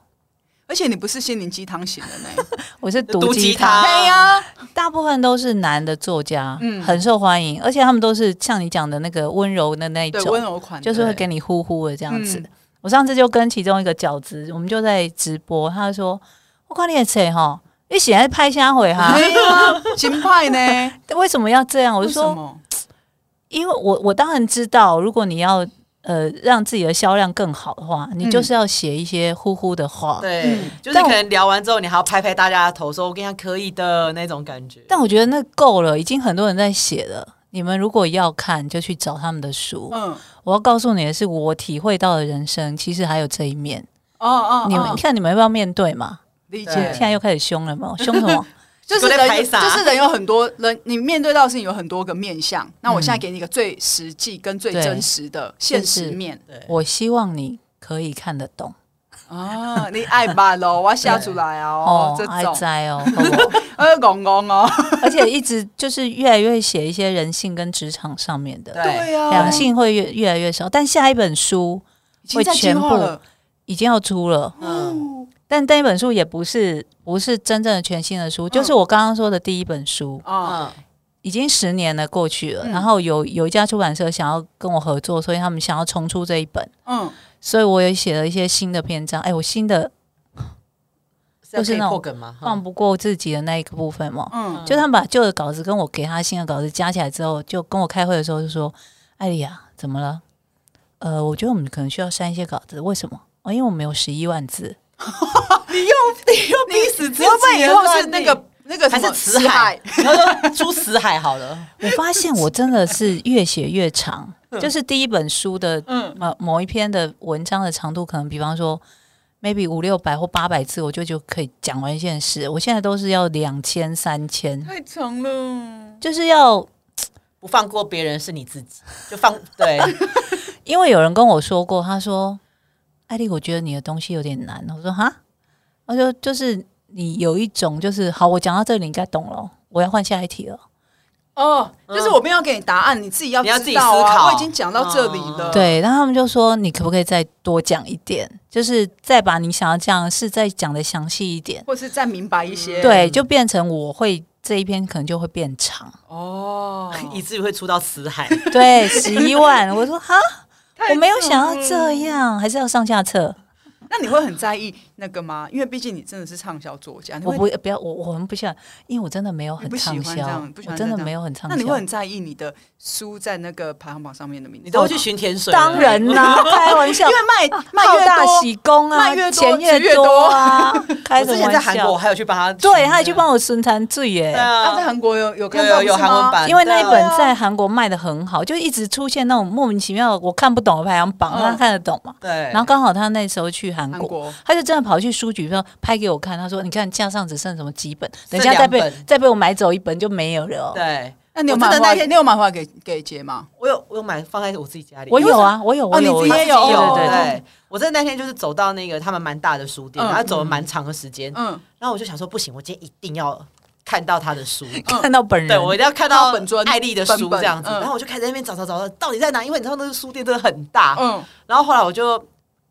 Speaker 2: 而且你不是心灵鸡汤型的呢，
Speaker 3: 我是
Speaker 1: 毒
Speaker 3: 毒
Speaker 1: 鸡
Speaker 3: 鸡
Speaker 1: 汤
Speaker 3: 汤，
Speaker 2: 对呀，
Speaker 3: 大部分都是男的作家，
Speaker 2: 嗯
Speaker 3: 很受欢迎，而且他们都是像你讲的那个温柔的那一
Speaker 2: 对
Speaker 3: 种，
Speaker 2: 温柔款的，
Speaker 3: 就是会
Speaker 1: 对
Speaker 3: 给你呼呼的这样子。
Speaker 2: 嗯
Speaker 3: 我上次就跟其中一个饺子，我们就在直播，他就说：“我看你的车哈，你写在拍虾 回哈，
Speaker 2: 哎呀，金派呢？
Speaker 3: 为什么要这 样？”我就
Speaker 2: 为什
Speaker 3: 说
Speaker 2: 么？：“
Speaker 3: 因为我我当然知道，如果你要呃让自己的销量更好的话，你就是要写一些呼呼的话。
Speaker 1: 对
Speaker 2: 嗯，
Speaker 1: 就是
Speaker 3: 但
Speaker 1: 可
Speaker 3: 我
Speaker 1: 能聊完之后，你还要拍拍大家的头，说“我跟你讲可以的”那种感觉。
Speaker 3: 但我觉得那够了，已经很多人在写了。你们如果要看，就去找他们的书。
Speaker 2: 嗯，
Speaker 3: 我要告诉你的是，我体会到的人生其实还有这一面。
Speaker 2: 哦哦，
Speaker 3: 你们
Speaker 2: 哦
Speaker 3: 你看，你们要不要面对嘛？
Speaker 2: 理
Speaker 1: 对
Speaker 2: 解
Speaker 3: 现，在又开始凶 了嘛？凶什么？
Speaker 2: 就是
Speaker 1: 都在
Speaker 2: 人
Speaker 1: 拍
Speaker 2: 有，
Speaker 1: 啥
Speaker 2: 就是人有很多人，你面对到的事情有很多个面向。那我现在给你一个最实际跟最
Speaker 3: 嗯对
Speaker 2: 真实的现实面
Speaker 1: 对，
Speaker 3: 我希望你可以看得懂
Speaker 2: 啊，你爱吧 咯，我要写出来啊哦，这
Speaker 3: 爱
Speaker 2: 种
Speaker 3: 在哦，好 不好
Speaker 2: 呃，公公哦，
Speaker 3: 而且一直就是越来越写一些人性跟职场上面的，
Speaker 1: 对
Speaker 2: 啊
Speaker 3: 两性会越越来越少。但下一本书
Speaker 2: 已经在
Speaker 3: 会
Speaker 2: 计
Speaker 3: 全部
Speaker 2: 划了，
Speaker 3: 已经要出了，
Speaker 1: 嗯，
Speaker 3: 但那一本书也不是不是真正的全新的书，
Speaker 2: 嗯
Speaker 3: 就是我刚刚说的第一本书，
Speaker 2: 啊，
Speaker 1: 嗯，
Speaker 3: 已经十年了过去了。
Speaker 2: 嗯
Speaker 3: 然后有有一家出版社想要跟我合作，所以他们想要重出这一本。
Speaker 2: 嗯，
Speaker 3: 所以我也写了一些新的篇章。哎，我新的
Speaker 1: 就
Speaker 3: 就是是那种
Speaker 1: 破梗吗？
Speaker 3: 放不过自己的那一个部分嘛，
Speaker 2: 嗯，
Speaker 3: 就他们把旧的稿子跟我给他新的稿子加起来之后，就跟我开会的时候就说：“艾丽亚，怎么了？呃，我觉得我们可能需要删一些稿子，为什么？哦，因为我们有十一万字。
Speaker 1: 你又逼死自
Speaker 2: 你会不会以后是那个那个
Speaker 1: 还
Speaker 2: 什
Speaker 1: 是
Speaker 2: 么
Speaker 1: 辞海？？然后说出辞海好了。
Speaker 3: 我发现我真的是越写越长，就是第一本书的
Speaker 2: 嗯
Speaker 3: 某某一篇的文章的长度，可能比方说 maybe 五六百或八百字，我就就可以讲完一件事。我现在都是要两千、三千，
Speaker 2: 太长了，
Speaker 3: 就是要
Speaker 1: 不放过别人是你自己，就放对，
Speaker 3: 因为有人跟我说过，他说：“艾丽，我觉得你的东西有点难。”我说：“哈，我说就是你有一种就是好，我讲到这里你应该懂了，我要换下一题了。
Speaker 2: 哦，就是我没有给你答案，你自己要
Speaker 1: 嗯你要自己
Speaker 2: 知道
Speaker 1: 思
Speaker 2: 啊
Speaker 1: 考
Speaker 2: 我已经讲到这里
Speaker 1: 嗯
Speaker 2: 了，
Speaker 3: 对，然后他们就说：“你可不可以再多讲一点？就是再把你想要讲的事再讲的详细一点。
Speaker 2: 或是再明白一
Speaker 1: 嗯
Speaker 2: 些，
Speaker 3: 对，就变成我会这一篇可能就会变长。
Speaker 2: 哦，
Speaker 1: 以至于会出到辞海。
Speaker 3: 对，十一万，我说哈，我没有想要这
Speaker 2: 样。
Speaker 3: 样，还是要上下册。
Speaker 2: 那你会很在意那个吗？因为毕竟你真的是畅销作家，你
Speaker 3: 我
Speaker 2: 会
Speaker 3: 不不要，我我们不像，因为我真的没有
Speaker 2: 你
Speaker 3: 很
Speaker 2: 不喜
Speaker 3: 畅
Speaker 2: 欢这
Speaker 3: 销
Speaker 2: 样不喜，
Speaker 3: 我
Speaker 2: 欢
Speaker 3: 真的
Speaker 2: 这样
Speaker 3: 没有很畅
Speaker 2: 那
Speaker 3: 销。
Speaker 2: 你会很在意你的书在那个排行榜上面的名字？
Speaker 1: 你都会去寻甜水，
Speaker 3: 当然啦、 开玩笑，
Speaker 2: 因为卖
Speaker 1: 啊
Speaker 2: 卖
Speaker 3: 好
Speaker 2: 越
Speaker 3: 大
Speaker 2: 多，
Speaker 3: 喜功啊，
Speaker 2: 卖越多
Speaker 3: 钱
Speaker 2: 值越
Speaker 3: 多 啊，开
Speaker 1: 我之
Speaker 3: 什么
Speaker 1: 前在
Speaker 3: 玩
Speaker 1: 韩国，我
Speaker 3: 笑？
Speaker 1: 还有去帮他，
Speaker 3: 对，他还去帮我孙餐醉耶
Speaker 1: 对。
Speaker 2: 他在
Speaker 1: 啊，
Speaker 2: 韩国有有
Speaker 1: 有
Speaker 2: 看到
Speaker 1: 有有
Speaker 2: 不是吗
Speaker 1: 韩文版的，
Speaker 3: 因为那一
Speaker 2: 对
Speaker 3: 本
Speaker 2: 啊
Speaker 3: 在韩国卖的很好，就一直出现那种莫名其妙我看不懂的排行榜，
Speaker 2: 嗯
Speaker 3: 他看得懂嘛？
Speaker 1: 对，
Speaker 3: 然后刚好他那时候去韩
Speaker 2: 韩
Speaker 3: 国，
Speaker 2: 国
Speaker 3: 他就真的跑去书局说拍给我看，他说：“你看架上只剩什么几本，等一
Speaker 1: 剩
Speaker 3: 下再
Speaker 1: 两
Speaker 3: 被
Speaker 1: 本
Speaker 3: 再被我买走一本就没有了哦。
Speaker 1: 对，
Speaker 2: 那你有
Speaker 1: 我真
Speaker 2: 买
Speaker 1: 的
Speaker 2: 回来
Speaker 1: 那
Speaker 2: 给？你有买回来给给杰吗？
Speaker 1: 我有我有买放在我自己家里，
Speaker 3: 我有啊，我有，我
Speaker 2: 你
Speaker 3: 有，
Speaker 2: 自
Speaker 3: 我
Speaker 2: 己也有
Speaker 3: 对
Speaker 1: 有
Speaker 3: 对对，
Speaker 1: 对，我真的那天就是走到那个他们蛮大的书店，
Speaker 2: 嗯
Speaker 1: 然后走了蛮长的时间，
Speaker 2: 嗯，
Speaker 1: 然后我就想说不行，我今天一定要看到他的书，
Speaker 3: 看到本人，
Speaker 1: 对我一定要看
Speaker 2: 看
Speaker 1: 到
Speaker 2: 嗯到本尊
Speaker 1: 艾丽的书
Speaker 2: 本本
Speaker 1: 这样子，
Speaker 2: 嗯
Speaker 1: 然后我就开始在那边找找找，到底在哪？因为你知道那个书店真的很大，
Speaker 2: 嗯，
Speaker 1: 然后后来我就。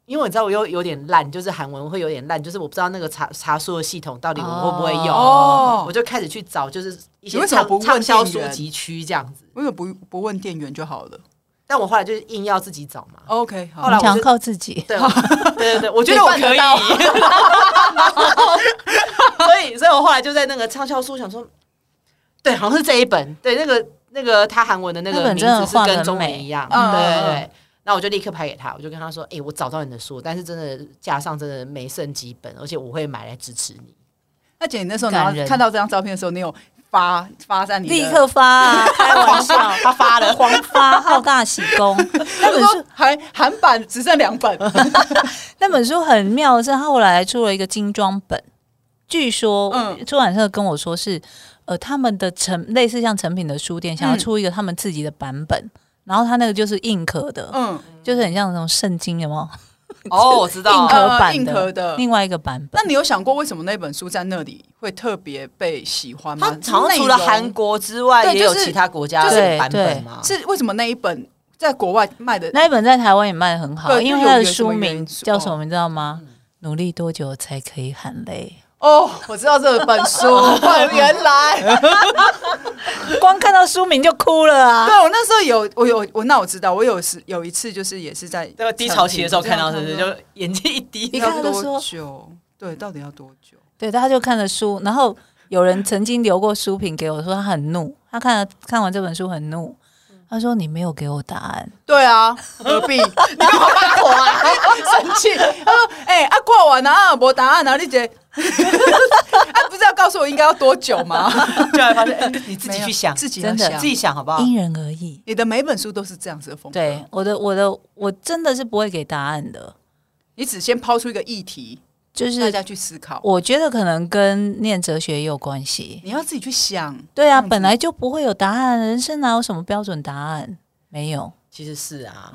Speaker 1: 因为你知道我又有点烂，就是韩文会有点烂，就是我不知道那个查查书的系统到底我会不会用，
Speaker 2: 哦
Speaker 1: 我就开始去找，就是一些
Speaker 2: 你为什么
Speaker 1: 畅
Speaker 2: 不问
Speaker 1: 畅销
Speaker 2: 店
Speaker 1: 书
Speaker 2: 员
Speaker 1: 籍区这样子。
Speaker 2: 我有不不问店员就好了。
Speaker 1: 但我后来就是硬要自己找嘛，
Speaker 2: OK，好
Speaker 1: 后来我
Speaker 3: 你想
Speaker 1: 就
Speaker 3: 靠自己。
Speaker 1: 对，我对对对，我觉得我
Speaker 2: 你
Speaker 1: 可
Speaker 2: 办得
Speaker 1: 以。
Speaker 2: 到
Speaker 1: 所以，所以我后来就在那个畅销书想说，对，好像是这一本，对，那个那个他韩文的那
Speaker 3: 那
Speaker 1: 个
Speaker 3: 本
Speaker 1: 名
Speaker 3: 真的
Speaker 1: 字是
Speaker 3: 画得
Speaker 1: 跟
Speaker 3: 很
Speaker 1: 中文
Speaker 3: 美
Speaker 1: 一样，
Speaker 2: 嗯
Speaker 1: 对对
Speaker 2: 嗯
Speaker 1: 对。那我就立刻拍给他，我就跟他说：“哎、我找到你的书，但是真的架上真的没剩几本，而且我会买来支持你。
Speaker 2: 那姐，你那时候拿
Speaker 3: 感人
Speaker 2: 看到这张照片的时候，你有发发在你的
Speaker 3: 立刻发、啊，开玩笑，
Speaker 1: 他发 了，
Speaker 3: 狂发，好大喜功。那
Speaker 2: 我
Speaker 3: 本
Speaker 2: 说
Speaker 3: 书
Speaker 2: 韩韩版只剩两本，
Speaker 3: 那本书很妙的是，它后来还出了一个精装本，据说
Speaker 2: 嗯
Speaker 3: 出版社跟我说是，呃，他们的成类似像成品的书店想要
Speaker 2: 嗯
Speaker 3: 出一个他们自己的版本，然后它那个就是硬壳的，
Speaker 2: 嗯，
Speaker 3: 就是很像那种圣经，有没有？
Speaker 1: 哦，我知道
Speaker 3: 硬
Speaker 1: 了，
Speaker 3: 壳版的，
Speaker 2: 嗯硬壳的
Speaker 3: 另外一个版本
Speaker 2: 那。你有想过为什么那本书在那里会特别被喜欢
Speaker 1: 他
Speaker 2: 吗？
Speaker 1: 好像除了
Speaker 2: 内容
Speaker 1: 韩国之外，
Speaker 2: 对
Speaker 1: 也有
Speaker 2: 就是
Speaker 1: 其他国家
Speaker 3: 就是
Speaker 1: 的版本
Speaker 3: 对
Speaker 1: 嘛。
Speaker 2: 是为什么那一本在国外卖的？
Speaker 3: 那一本在台湾也卖的很好，
Speaker 2: 对
Speaker 3: 因
Speaker 2: 就
Speaker 3: 为
Speaker 2: 有
Speaker 3: 它的
Speaker 2: 有什么
Speaker 3: 书
Speaker 2: 元
Speaker 3: 名
Speaker 2: 素
Speaker 3: 叫什
Speaker 2: 哦
Speaker 3: 么，你知道吗？努力多久才可以 喊累？
Speaker 2: 哦，我知道这本书，哦原来，
Speaker 3: 光看到书名就哭了啊！
Speaker 2: 对我那时候有，我有，我那我知道，我有时有一次就是也是在
Speaker 1: 那个低潮期的时候看到，是不是
Speaker 2: 这样
Speaker 1: 就眼睛一滴？
Speaker 3: 一
Speaker 2: 看
Speaker 3: 看
Speaker 2: 到
Speaker 3: 就
Speaker 2: 要多
Speaker 3: 说
Speaker 2: 久？对，到底要多久？
Speaker 3: 对，他就看了书，然后有人曾经留过书评给我，说他很怒，他看了看完这本书很怒，
Speaker 2: 嗯
Speaker 3: 他说你没有给我答案，
Speaker 2: 对 啊，何必？你干嘛发火啊？ 生气？他说：“哎、啊，挂完了啊，我答案啊，丽姐，啊，不是要告诉我应该要多久吗？
Speaker 1: 就来发现，哎你 自己去想，
Speaker 2: 自己
Speaker 3: 真的
Speaker 2: 要想
Speaker 1: 自己想好
Speaker 2: 啊
Speaker 1: 不好？
Speaker 3: 因人而异。
Speaker 2: 你的每本书都是这样子的风格，
Speaker 3: 对，我的我的我真的是不会给答案的，
Speaker 2: 你只先抛出一个议题，
Speaker 3: 就
Speaker 2: 大
Speaker 3: 是
Speaker 2: 家去思考，
Speaker 3: 我觉得可能跟念哲学也有关系。
Speaker 2: 你要自己去想。
Speaker 3: 对
Speaker 2: 这
Speaker 3: 啊，
Speaker 2: 样子
Speaker 3: 本来就不会有答案，人生哪有什么标准答案？没有，
Speaker 1: 其实是 啊，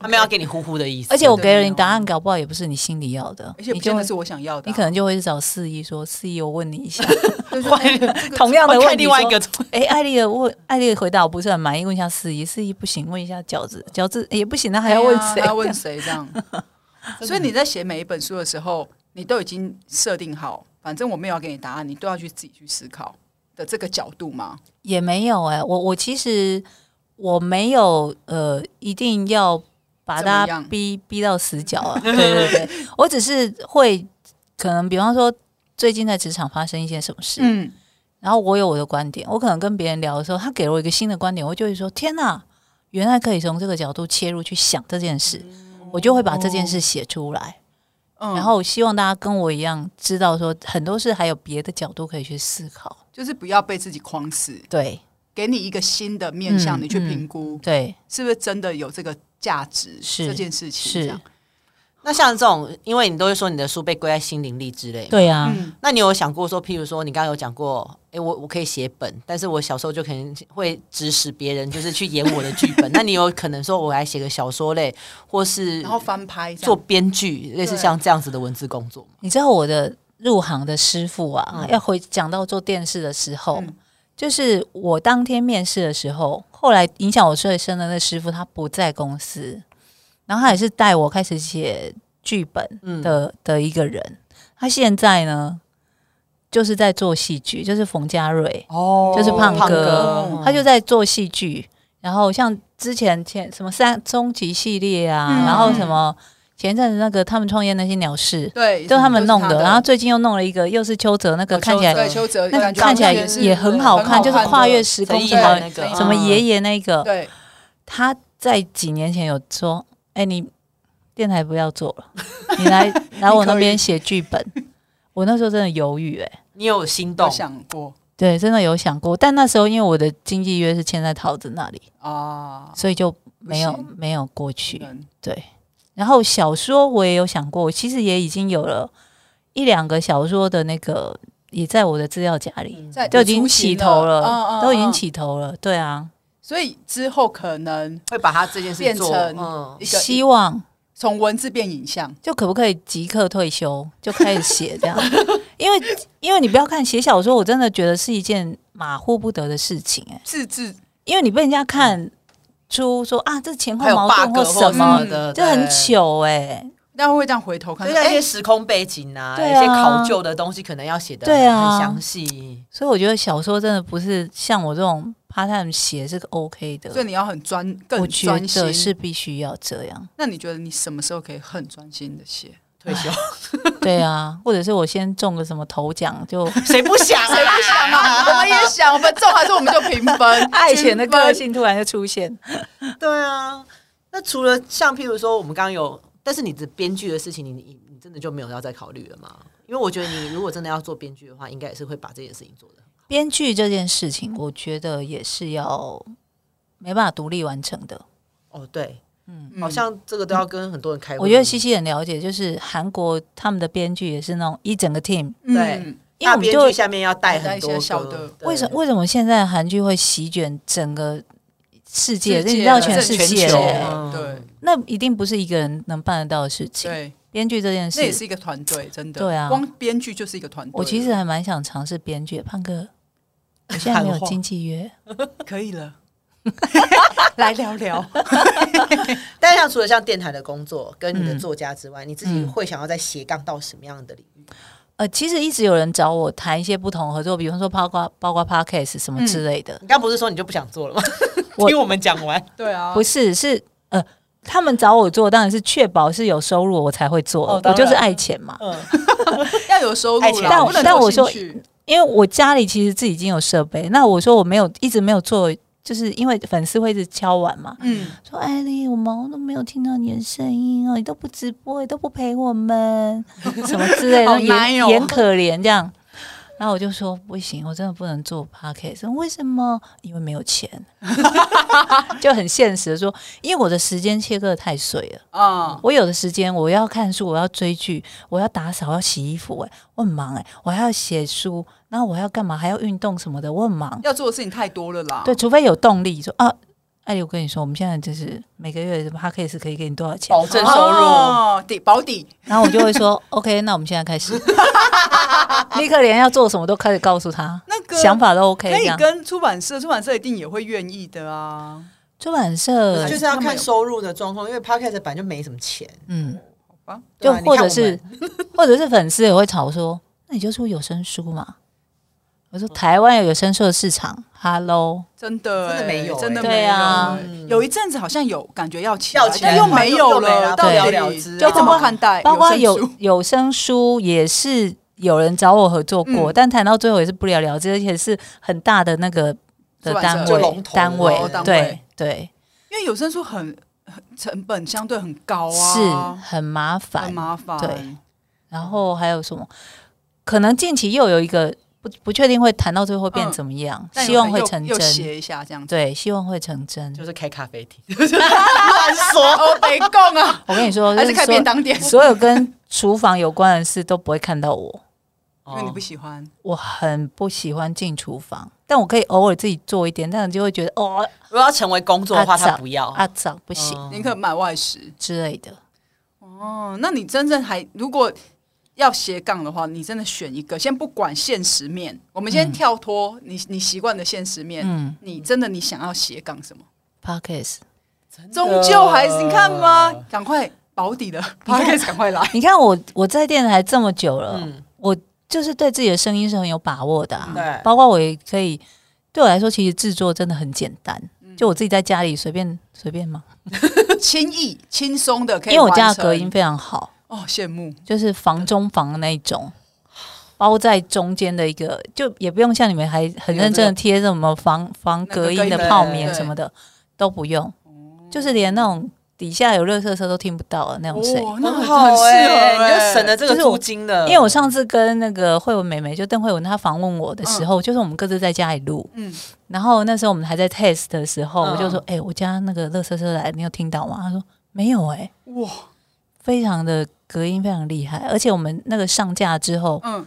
Speaker 1: 他们要给你呼呼的意思。
Speaker 3: 而且我给了
Speaker 2: 没
Speaker 3: 你
Speaker 2: 有啊
Speaker 3: 答案，搞不好也不是你心里要的，
Speaker 2: 而且
Speaker 3: 你
Speaker 2: 不
Speaker 3: 就
Speaker 2: 见
Speaker 3: 会
Speaker 2: 得是我想要的
Speaker 3: 你
Speaker 2: 啊、
Speaker 3: 可能就会去找四姨说：“四姨，我问你 一下，
Speaker 2: 就是哎这个
Speaker 3: 同样的
Speaker 1: 我
Speaker 3: 问
Speaker 1: 看
Speaker 3: 题。”
Speaker 1: 另外一个，
Speaker 3: 哎，艾丽的问，艾丽的回答我不是很满意，问一下四姨，四姨不行，问一下饺子，饺子哎也不行，那还要问谁？
Speaker 2: 啊还要问谁？这样，所以你在写每一本书的时候，你都已经设定好，反正我没有要给你答案，你都要去自己去思考的这个角度吗？
Speaker 3: 也没有哎、我我其实我没有呃，一定要把
Speaker 2: 怎么
Speaker 3: 大家
Speaker 2: 样
Speaker 3: 逼逼到死角 啊。对对对，我只是会可能，比方说最近在职场发生一些什么事，
Speaker 2: 嗯，
Speaker 3: 然后我有我的观点，我可能跟别人聊的时候，他给了我一个新的观点，我就会说：天哪，原来可以从这个角度切入去想这件事，我就会把这件事写出来。
Speaker 2: 嗯
Speaker 3: 然后希望大家跟我一样，知道说很多事还有别的角度可以去思考。
Speaker 2: 就是不要被自己框死，
Speaker 3: 对
Speaker 2: 给你一个新的面向，
Speaker 3: 嗯
Speaker 2: 你去评估、
Speaker 3: 对，
Speaker 2: 是不是真的有这个价值，
Speaker 3: 是
Speaker 2: 这件事情
Speaker 3: 是
Speaker 2: 这样
Speaker 1: 那像这种，因为你都会说你的书被归在心灵力之类嘛，
Speaker 3: 对啊，
Speaker 2: 嗯，
Speaker 1: 那你有想过说，譬如说你刚刚有讲过，诶，我我可以写本，但是我小时候就可能会指使别人就是去演我的剧 本。那你有可能说我来写个小说类，或
Speaker 3: 嗯
Speaker 1: 是
Speaker 2: 然后翻拍这
Speaker 1: 做
Speaker 2: 样，
Speaker 1: 编剧，类似像这样子的文字工作吗？
Speaker 3: 你知道我的入行的师傅啊，
Speaker 1: 嗯
Speaker 3: 要回讲到做电视的时候，
Speaker 2: 嗯
Speaker 3: 就是我当天面试的时候，后来影响我最深的那师傅他不在公司，然后他也是带我开始写剧本
Speaker 1: 嗯
Speaker 3: 的、的一个人。他现在呢，就是在做戏剧，就是冯家瑞，
Speaker 1: 哦
Speaker 3: 就是胖
Speaker 1: 胖
Speaker 3: 哥
Speaker 2: 嗯
Speaker 1: 哥，
Speaker 3: 他就在做戏剧。然后像之前前什么三终极系列啊，
Speaker 2: 嗯
Speaker 3: 然后什么前一阵子那个他们创业那些鸟事，
Speaker 2: 对，
Speaker 3: 就他们弄
Speaker 2: 就是
Speaker 3: 的，
Speaker 2: 他
Speaker 3: 然后最近又弄了一个，又是邱泽那个
Speaker 1: 哦
Speaker 3: 看起来
Speaker 1: 邱泽
Speaker 2: 对邱泽，
Speaker 3: 那个
Speaker 2: 感觉
Speaker 3: 看起来
Speaker 2: 好
Speaker 3: 也
Speaker 2: 像
Speaker 3: 也很好看，
Speaker 2: 很好
Speaker 3: 就是
Speaker 2: 看
Speaker 3: 跨
Speaker 2: 的
Speaker 3: 越时
Speaker 1: 陈
Speaker 3: 空，
Speaker 1: 意
Speaker 3: 什么
Speaker 1: 涵那个
Speaker 2: 对啊
Speaker 3: 什么爷爷那个，
Speaker 2: 嗯对，
Speaker 3: 他在几年前有说：“哎，你电台不要做 了，你来来我那边写剧本。” 我那时候真的犹豫，哎，
Speaker 1: 你有心
Speaker 2: 有
Speaker 1: 动？
Speaker 2: 想过
Speaker 3: 对，真的有想过，但那时候因为我的经纪约是签在桃子那里，
Speaker 2: 啊，
Speaker 3: 所以就没有
Speaker 2: 不行
Speaker 3: 没有过去。
Speaker 2: 嗯
Speaker 3: 对，然后小说我也有想过，其实也已经有了一两个小说的那个也在我的资料夹里，
Speaker 1: 嗯
Speaker 2: 在
Speaker 3: 都已经起头了，
Speaker 2: 嗯嗯
Speaker 3: 都已经
Speaker 2: 嗯
Speaker 3: 起头了。对啊，
Speaker 2: 所以之后可能
Speaker 1: 会把他这件事
Speaker 2: 变
Speaker 1: 做，
Speaker 2: 成
Speaker 1: 嗯
Speaker 2: 一个
Speaker 3: 希望
Speaker 2: 从文字变影像，
Speaker 3: 就可不可以即刻退休就开始写这样？因为因为你不要看写小说，我真的觉得是一件马虎不得的事情哎、
Speaker 2: 自制
Speaker 3: 因为你被人家看出说啊，这前后
Speaker 1: 还有
Speaker 3: 矛
Speaker 1: bug
Speaker 3: 盾
Speaker 1: 或
Speaker 3: 什
Speaker 1: 么
Speaker 3: 么，
Speaker 1: 的，
Speaker 3: 这很
Speaker 1: 对
Speaker 3: 糗哎、
Speaker 2: 大家会这样回头看
Speaker 1: 所以
Speaker 3: 啊
Speaker 1: 那
Speaker 2: 说，哎
Speaker 1: 些，时空背景啊，
Speaker 3: 对啊
Speaker 1: 有些考究的东西，可能要写的
Speaker 3: 对啊
Speaker 1: 很详细。
Speaker 3: 所以我觉得小说真的不是像我这种 part time 写是个 OK 的，
Speaker 2: 所以你要很专，
Speaker 3: 我
Speaker 2: 更
Speaker 3: 觉
Speaker 2: 专
Speaker 3: 得
Speaker 2: 心。
Speaker 3: 是必须要这样。
Speaker 2: 那你觉得你什么时候可以很专心的 写？
Speaker 1: 退休，
Speaker 3: 对啊，或者是我先中个什么头奖， 就。
Speaker 1: 谁不想啊？谁不想
Speaker 2: 啊，我们也想，我们中还是我们就平分
Speaker 3: 爱钱的
Speaker 2: 均分
Speaker 3: 个，性突然就出现。
Speaker 1: 对啊，那除了像譬如说我们刚刚有，但是你的编剧的事情你，你你真的就没有要再考虑了吗？因为我觉得你如果真的要做编剧的话，应该也是会把这件事情做的。
Speaker 3: 编剧这件事情，我觉得也是要没办法独立完成的。
Speaker 1: 哦，对，
Speaker 2: 嗯
Speaker 1: 好像这个都要跟很多人开
Speaker 2: 哎
Speaker 1: 会。
Speaker 3: 我觉得西西很了解，就是韩国他们的编剧也是那种一整个 team，
Speaker 2: 嗯
Speaker 1: 对
Speaker 3: 因为
Speaker 1: 大
Speaker 3: 我们
Speaker 1: 编
Speaker 3: 就
Speaker 1: 剧下面要带
Speaker 2: 带
Speaker 1: 很
Speaker 2: 一
Speaker 1: 多
Speaker 2: 些小
Speaker 1: 个
Speaker 2: 的
Speaker 1: 对
Speaker 3: 为什为什么现在韩剧会席卷整个世界，
Speaker 2: 世界
Speaker 3: 你知道
Speaker 2: 了
Speaker 3: 全世
Speaker 1: 全
Speaker 3: 界
Speaker 1: 球
Speaker 3: 欸，
Speaker 2: 啊
Speaker 1: 嗯
Speaker 2: 对
Speaker 3: 那一定不是一个人能办得到的事情。
Speaker 2: 对，
Speaker 3: 编剧这件
Speaker 2: 那也
Speaker 3: 事，
Speaker 2: 是一个团队，真的。
Speaker 3: 对啊
Speaker 2: 光编剧就是一个团队。
Speaker 3: 我其实 还蛮想尝试编剧。胖哥，我现在没有经纪约，
Speaker 2: 可以了，来聊聊。
Speaker 1: 但是像除了像电台的工作跟你
Speaker 3: 嗯
Speaker 1: 的作家之外，你自己会想要在斜杠到什么样的领域？
Speaker 3: 呃，其实一直有人找我谈一些不同合作，比方说包括包括 podcast 什么之类的，
Speaker 2: 嗯
Speaker 1: 你刚不是说你就不想做了吗？
Speaker 3: 我
Speaker 1: 听我们讲完，
Speaker 2: 对 啊，
Speaker 3: 不是是呃，他们找我做当然是确保是有收入我才会做，
Speaker 1: 哦当
Speaker 3: 我
Speaker 1: 然
Speaker 3: 就是爱钱嘛。
Speaker 1: 嗯，
Speaker 2: 要有收入
Speaker 1: 爱情
Speaker 2: 啦，
Speaker 1: 但
Speaker 2: 不能
Speaker 3: 但
Speaker 2: 有
Speaker 3: 我
Speaker 2: 兴
Speaker 3: 说
Speaker 2: 趣
Speaker 3: 因为我家里其实自己已经有设备，那我说我没有一直没有做，就是因为粉丝会一直敲碗嘛，
Speaker 2: 嗯，
Speaker 3: 说艾莉，我们都没有听到你的声音哦，你都不直播，你都不陪我们，什么之类
Speaker 2: 好
Speaker 3: 的，
Speaker 2: 难
Speaker 3: 演
Speaker 2: 哦
Speaker 3: 演可怜这样。然后我就说不行，我真的不能做 podcast，为什么？因为没有钱， 就很现实的说，因为我的时间切割得太碎了。
Speaker 2: 啊，
Speaker 3: 我有的时间我要看书，我要追剧，我要打扫，我要洗衣服、哎，我很忙哎、我还要写书，然后我还要干嘛？还要运动什么的，我很忙。
Speaker 2: 要做的事情太多了啦。
Speaker 3: 对，除非有动力说啊，艾丽，我跟你说，我们现在就是每个月他可以是可以给你多少钱，
Speaker 1: 保证收入。
Speaker 2: 哦，底保底，
Speaker 3: 然后我就会 说 OK，那我们现在开始，立刻连要做什么都开始告诉他，
Speaker 2: 那个
Speaker 3: 想法都 OK
Speaker 2: 可
Speaker 3: 这
Speaker 2: 以
Speaker 3: 样。
Speaker 2: 跟出版社，出版社一定也会愿意的啊。
Speaker 3: 出版社
Speaker 1: 就，是要看收入的状况，因为 podcast 本来就没什么钱，
Speaker 3: 嗯，
Speaker 2: 吧
Speaker 1: 对
Speaker 3: 就
Speaker 1: 啊
Speaker 3: 或者
Speaker 1: 你
Speaker 3: 是
Speaker 1: 看我们
Speaker 3: 或者是粉丝也会吵说，那你就出有声书嘛。我说
Speaker 1: 嗯
Speaker 3: 台湾有有声书的市场，Hello，
Speaker 2: 真的欸、
Speaker 1: 真的没有欸
Speaker 2: 真的
Speaker 3: 对啊
Speaker 2: 没有欸
Speaker 1: 嗯
Speaker 2: 有一阵子好像有感觉要起
Speaker 1: 要
Speaker 2: 来，
Speaker 1: 起来
Speaker 2: 但又没有
Speaker 1: 又没了
Speaker 2: 到底
Speaker 1: 不了了之啊
Speaker 2: 就怎么看待？
Speaker 3: 包括
Speaker 2: 哎有
Speaker 3: 有
Speaker 2: 声书
Speaker 3: 有声书也是有人找我合作
Speaker 2: 嗯
Speaker 3: 过，但谈到最后也是不了了之，而且是很大的那个的
Speaker 2: 出版社
Speaker 3: 单
Speaker 2: 就
Speaker 3: 位
Speaker 1: 龙头
Speaker 3: 单位
Speaker 1: 哦，单
Speaker 3: 对
Speaker 2: 位
Speaker 3: 对，
Speaker 2: 因为有声书很很成本相对很高
Speaker 3: 是
Speaker 2: 啊，
Speaker 3: 很麻
Speaker 2: 很
Speaker 3: 烦。
Speaker 2: 麻烦。
Speaker 3: 对，然后还有什么？可能近期又有一个不不确定会谈到最后变
Speaker 2: 嗯
Speaker 3: 怎么样，
Speaker 2: 但有
Speaker 3: 希望会
Speaker 2: 又
Speaker 3: 成
Speaker 2: 又
Speaker 3: 真。
Speaker 2: 写一下这样子。
Speaker 3: 对，希望会成真。
Speaker 1: 就是开咖啡厅， 乱说。
Speaker 2: 哦，北贡 啊，
Speaker 3: 我跟你说，
Speaker 2: 还
Speaker 3: 就是是
Speaker 2: 开
Speaker 3: 所
Speaker 2: 便当店，
Speaker 3: 所有跟厨房有关的事都不会看到我。哦
Speaker 2: 因为你不喜欢。
Speaker 3: 我很不喜欢进厨房，但我可以偶尔自己做一点，但我就会觉得哦，
Speaker 1: 如果要成为工作的话，
Speaker 3: 啊
Speaker 1: 他
Speaker 3: 早
Speaker 1: 不
Speaker 2: 哦
Speaker 1: 要，
Speaker 3: 啊，长不行、
Speaker 1: 嗯
Speaker 2: 宁可买外食。
Speaker 3: 之类的。
Speaker 2: 哦，那你真正还如果要斜杠的话，你真的选一个，先不管现实面，我们先跳脱你你习惯的现实面，
Speaker 3: 嗯
Speaker 2: 你真的你想要斜杠什么？
Speaker 3: ，Pockets，
Speaker 2: 终究还是你看吗？赶快保底的 p o d 赶快来。
Speaker 3: 你看我我在电台这么久了，
Speaker 1: 嗯
Speaker 3: 我就是对自己的声音是很有把握的、啊，
Speaker 2: 嗯
Speaker 1: 对
Speaker 3: 包括我也可以。对我来说，其实制作真的很简单，
Speaker 2: 嗯
Speaker 3: 就我自己在家里随便随便嘛，
Speaker 2: 轻易轻松的可
Speaker 3: 因
Speaker 2: 以
Speaker 3: 为我
Speaker 2: 完成，
Speaker 3: 家的隔音非常好，
Speaker 2: 哦，羡慕
Speaker 3: 就是房中房的那一种，包在中间的一个，就也不用像你们还很认真的贴什么防防隔音的泡棉什么的，都不用，就是连那种底下有热色车都听不到的那种声音。
Speaker 2: 哦，那很
Speaker 1: 好
Speaker 2: 很适合
Speaker 1: 欸
Speaker 2: 欸，
Speaker 1: 你就省了这个
Speaker 3: 就是我
Speaker 1: 租金了。
Speaker 3: 因为我上次跟那个慧文妹妹，就邓慧文她访问我的时候，就是我们各自在家里录，
Speaker 2: 嗯
Speaker 3: 然后那时候我们还在 test 的时候，
Speaker 1: 嗯
Speaker 3: 我就说：“哎、我家那个乐色车来，你有听到吗？”她说：“没有、哎，
Speaker 2: 哇
Speaker 3: 非常的隔音非常厉害，而且我们那个上架之后，
Speaker 2: 嗯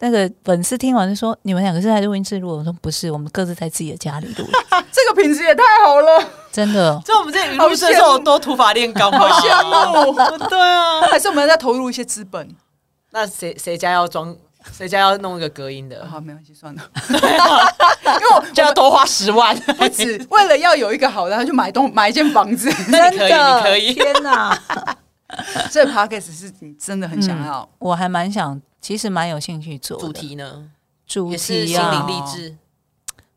Speaker 3: 那个粉丝听完就说：‘你们两个是在录音室录的？’我说：‘不是，我们各自在自己的家里录的，
Speaker 2: 啊这个品质也太好了，
Speaker 3: 真的。
Speaker 1: 就我们这一路顺
Speaker 2: 好羡
Speaker 1: 受
Speaker 2: 慕
Speaker 1: 多土法炼钢嘛，
Speaker 2: 好羡
Speaker 1: 慕。对啊，
Speaker 2: 还是我们再投入一些资本
Speaker 1: 那谁谁家要装，谁家要弄一个隔音的，
Speaker 2: 好，没关系，算了， 因为我
Speaker 1: 啊就要多花十 万。
Speaker 2: 不止为了要有一个好的，他去买栋买一间房子，
Speaker 1: 那你可以你可以
Speaker 3: 天哪，
Speaker 2: 所以 podcast 是你真的很想要，
Speaker 3: 我还蛮想，其实蛮有兴趣做 的
Speaker 1: 主题呢，
Speaker 3: 主
Speaker 1: 也是
Speaker 3: 题
Speaker 1: 心灵
Speaker 3: 啊，哦
Speaker 1: 励志，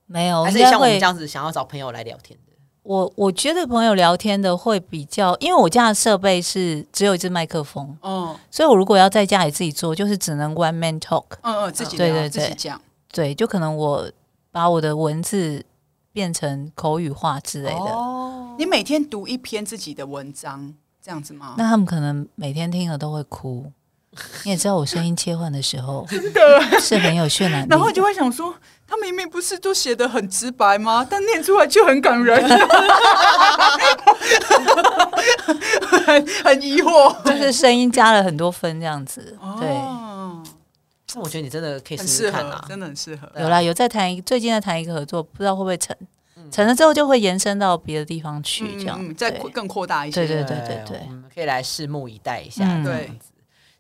Speaker 3: 没有，
Speaker 1: 还是
Speaker 3: 应该
Speaker 1: 像我们
Speaker 3: 会
Speaker 1: 这样子想要找朋友来聊天的？
Speaker 3: 我我觉得朋友聊天的会比较，因为我家的设备是只有一支麦克风，
Speaker 2: 嗯
Speaker 3: 所以我如果要在家里自己做，就是只能 one man talk。
Speaker 2: 嗯嗯，自己
Speaker 3: 对
Speaker 2: 聊
Speaker 3: 对对
Speaker 2: 自己讲，
Speaker 3: 对，就可能我把我的文字变成口语化之类的。
Speaker 1: 哦，
Speaker 2: 你每天读一篇自己的文章，这样子吗？
Speaker 3: 那他们可能每天听了都会哭。你也知道，我声音切换的时候 是很有渲染力。
Speaker 2: 然后你就会想说，他明明不是都写的很直白吗？但念出来就很感人， 很很疑惑。
Speaker 3: 就是声音加了很多分这样子。对，
Speaker 2: 哦，
Speaker 1: 那我觉得你真的可以试
Speaker 2: 很
Speaker 1: 试
Speaker 2: 适
Speaker 1: 看
Speaker 2: 合
Speaker 1: 啊，。
Speaker 2: 真的很适合。
Speaker 3: 有啦，有在谈一，最近在谈一个合作，不知道会不会成。成了之后就会延伸到别的地方去，这样。
Speaker 2: 嗯再
Speaker 3: 对
Speaker 2: 扩更扩大一些。
Speaker 3: 对对对对对
Speaker 1: 我们可以来拭目以待一下。
Speaker 3: 嗯
Speaker 1: 这
Speaker 2: 对
Speaker 1: 样子。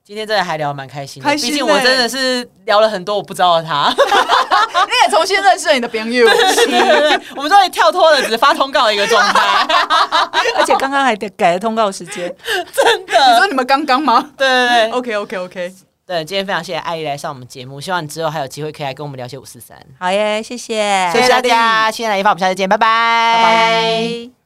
Speaker 1: 今天真的还聊得蛮开心的，
Speaker 2: 开心
Speaker 1: 毕竟我
Speaker 2: 嘞
Speaker 1: 真的是聊了很多我不知道的他。
Speaker 2: 你也重新认识了你的朋友，
Speaker 1: 对对对，我们终于跳脱了只发通告的一个状态。
Speaker 3: 啊而且刚刚还得改了通告时间，
Speaker 2: 你说你们刚刚吗
Speaker 1: 对对对，
Speaker 2: ？OK OK OK，
Speaker 1: 对，今天非常谢谢艾莉来上我们节目，希望你之后还有机会可以来跟我们聊些五四三。
Speaker 3: 好耶，谢谢，
Speaker 1: 谢谢大
Speaker 2: 艾
Speaker 1: 家，谢谢来一发，我们下次见，拜拜，
Speaker 3: 拜拜。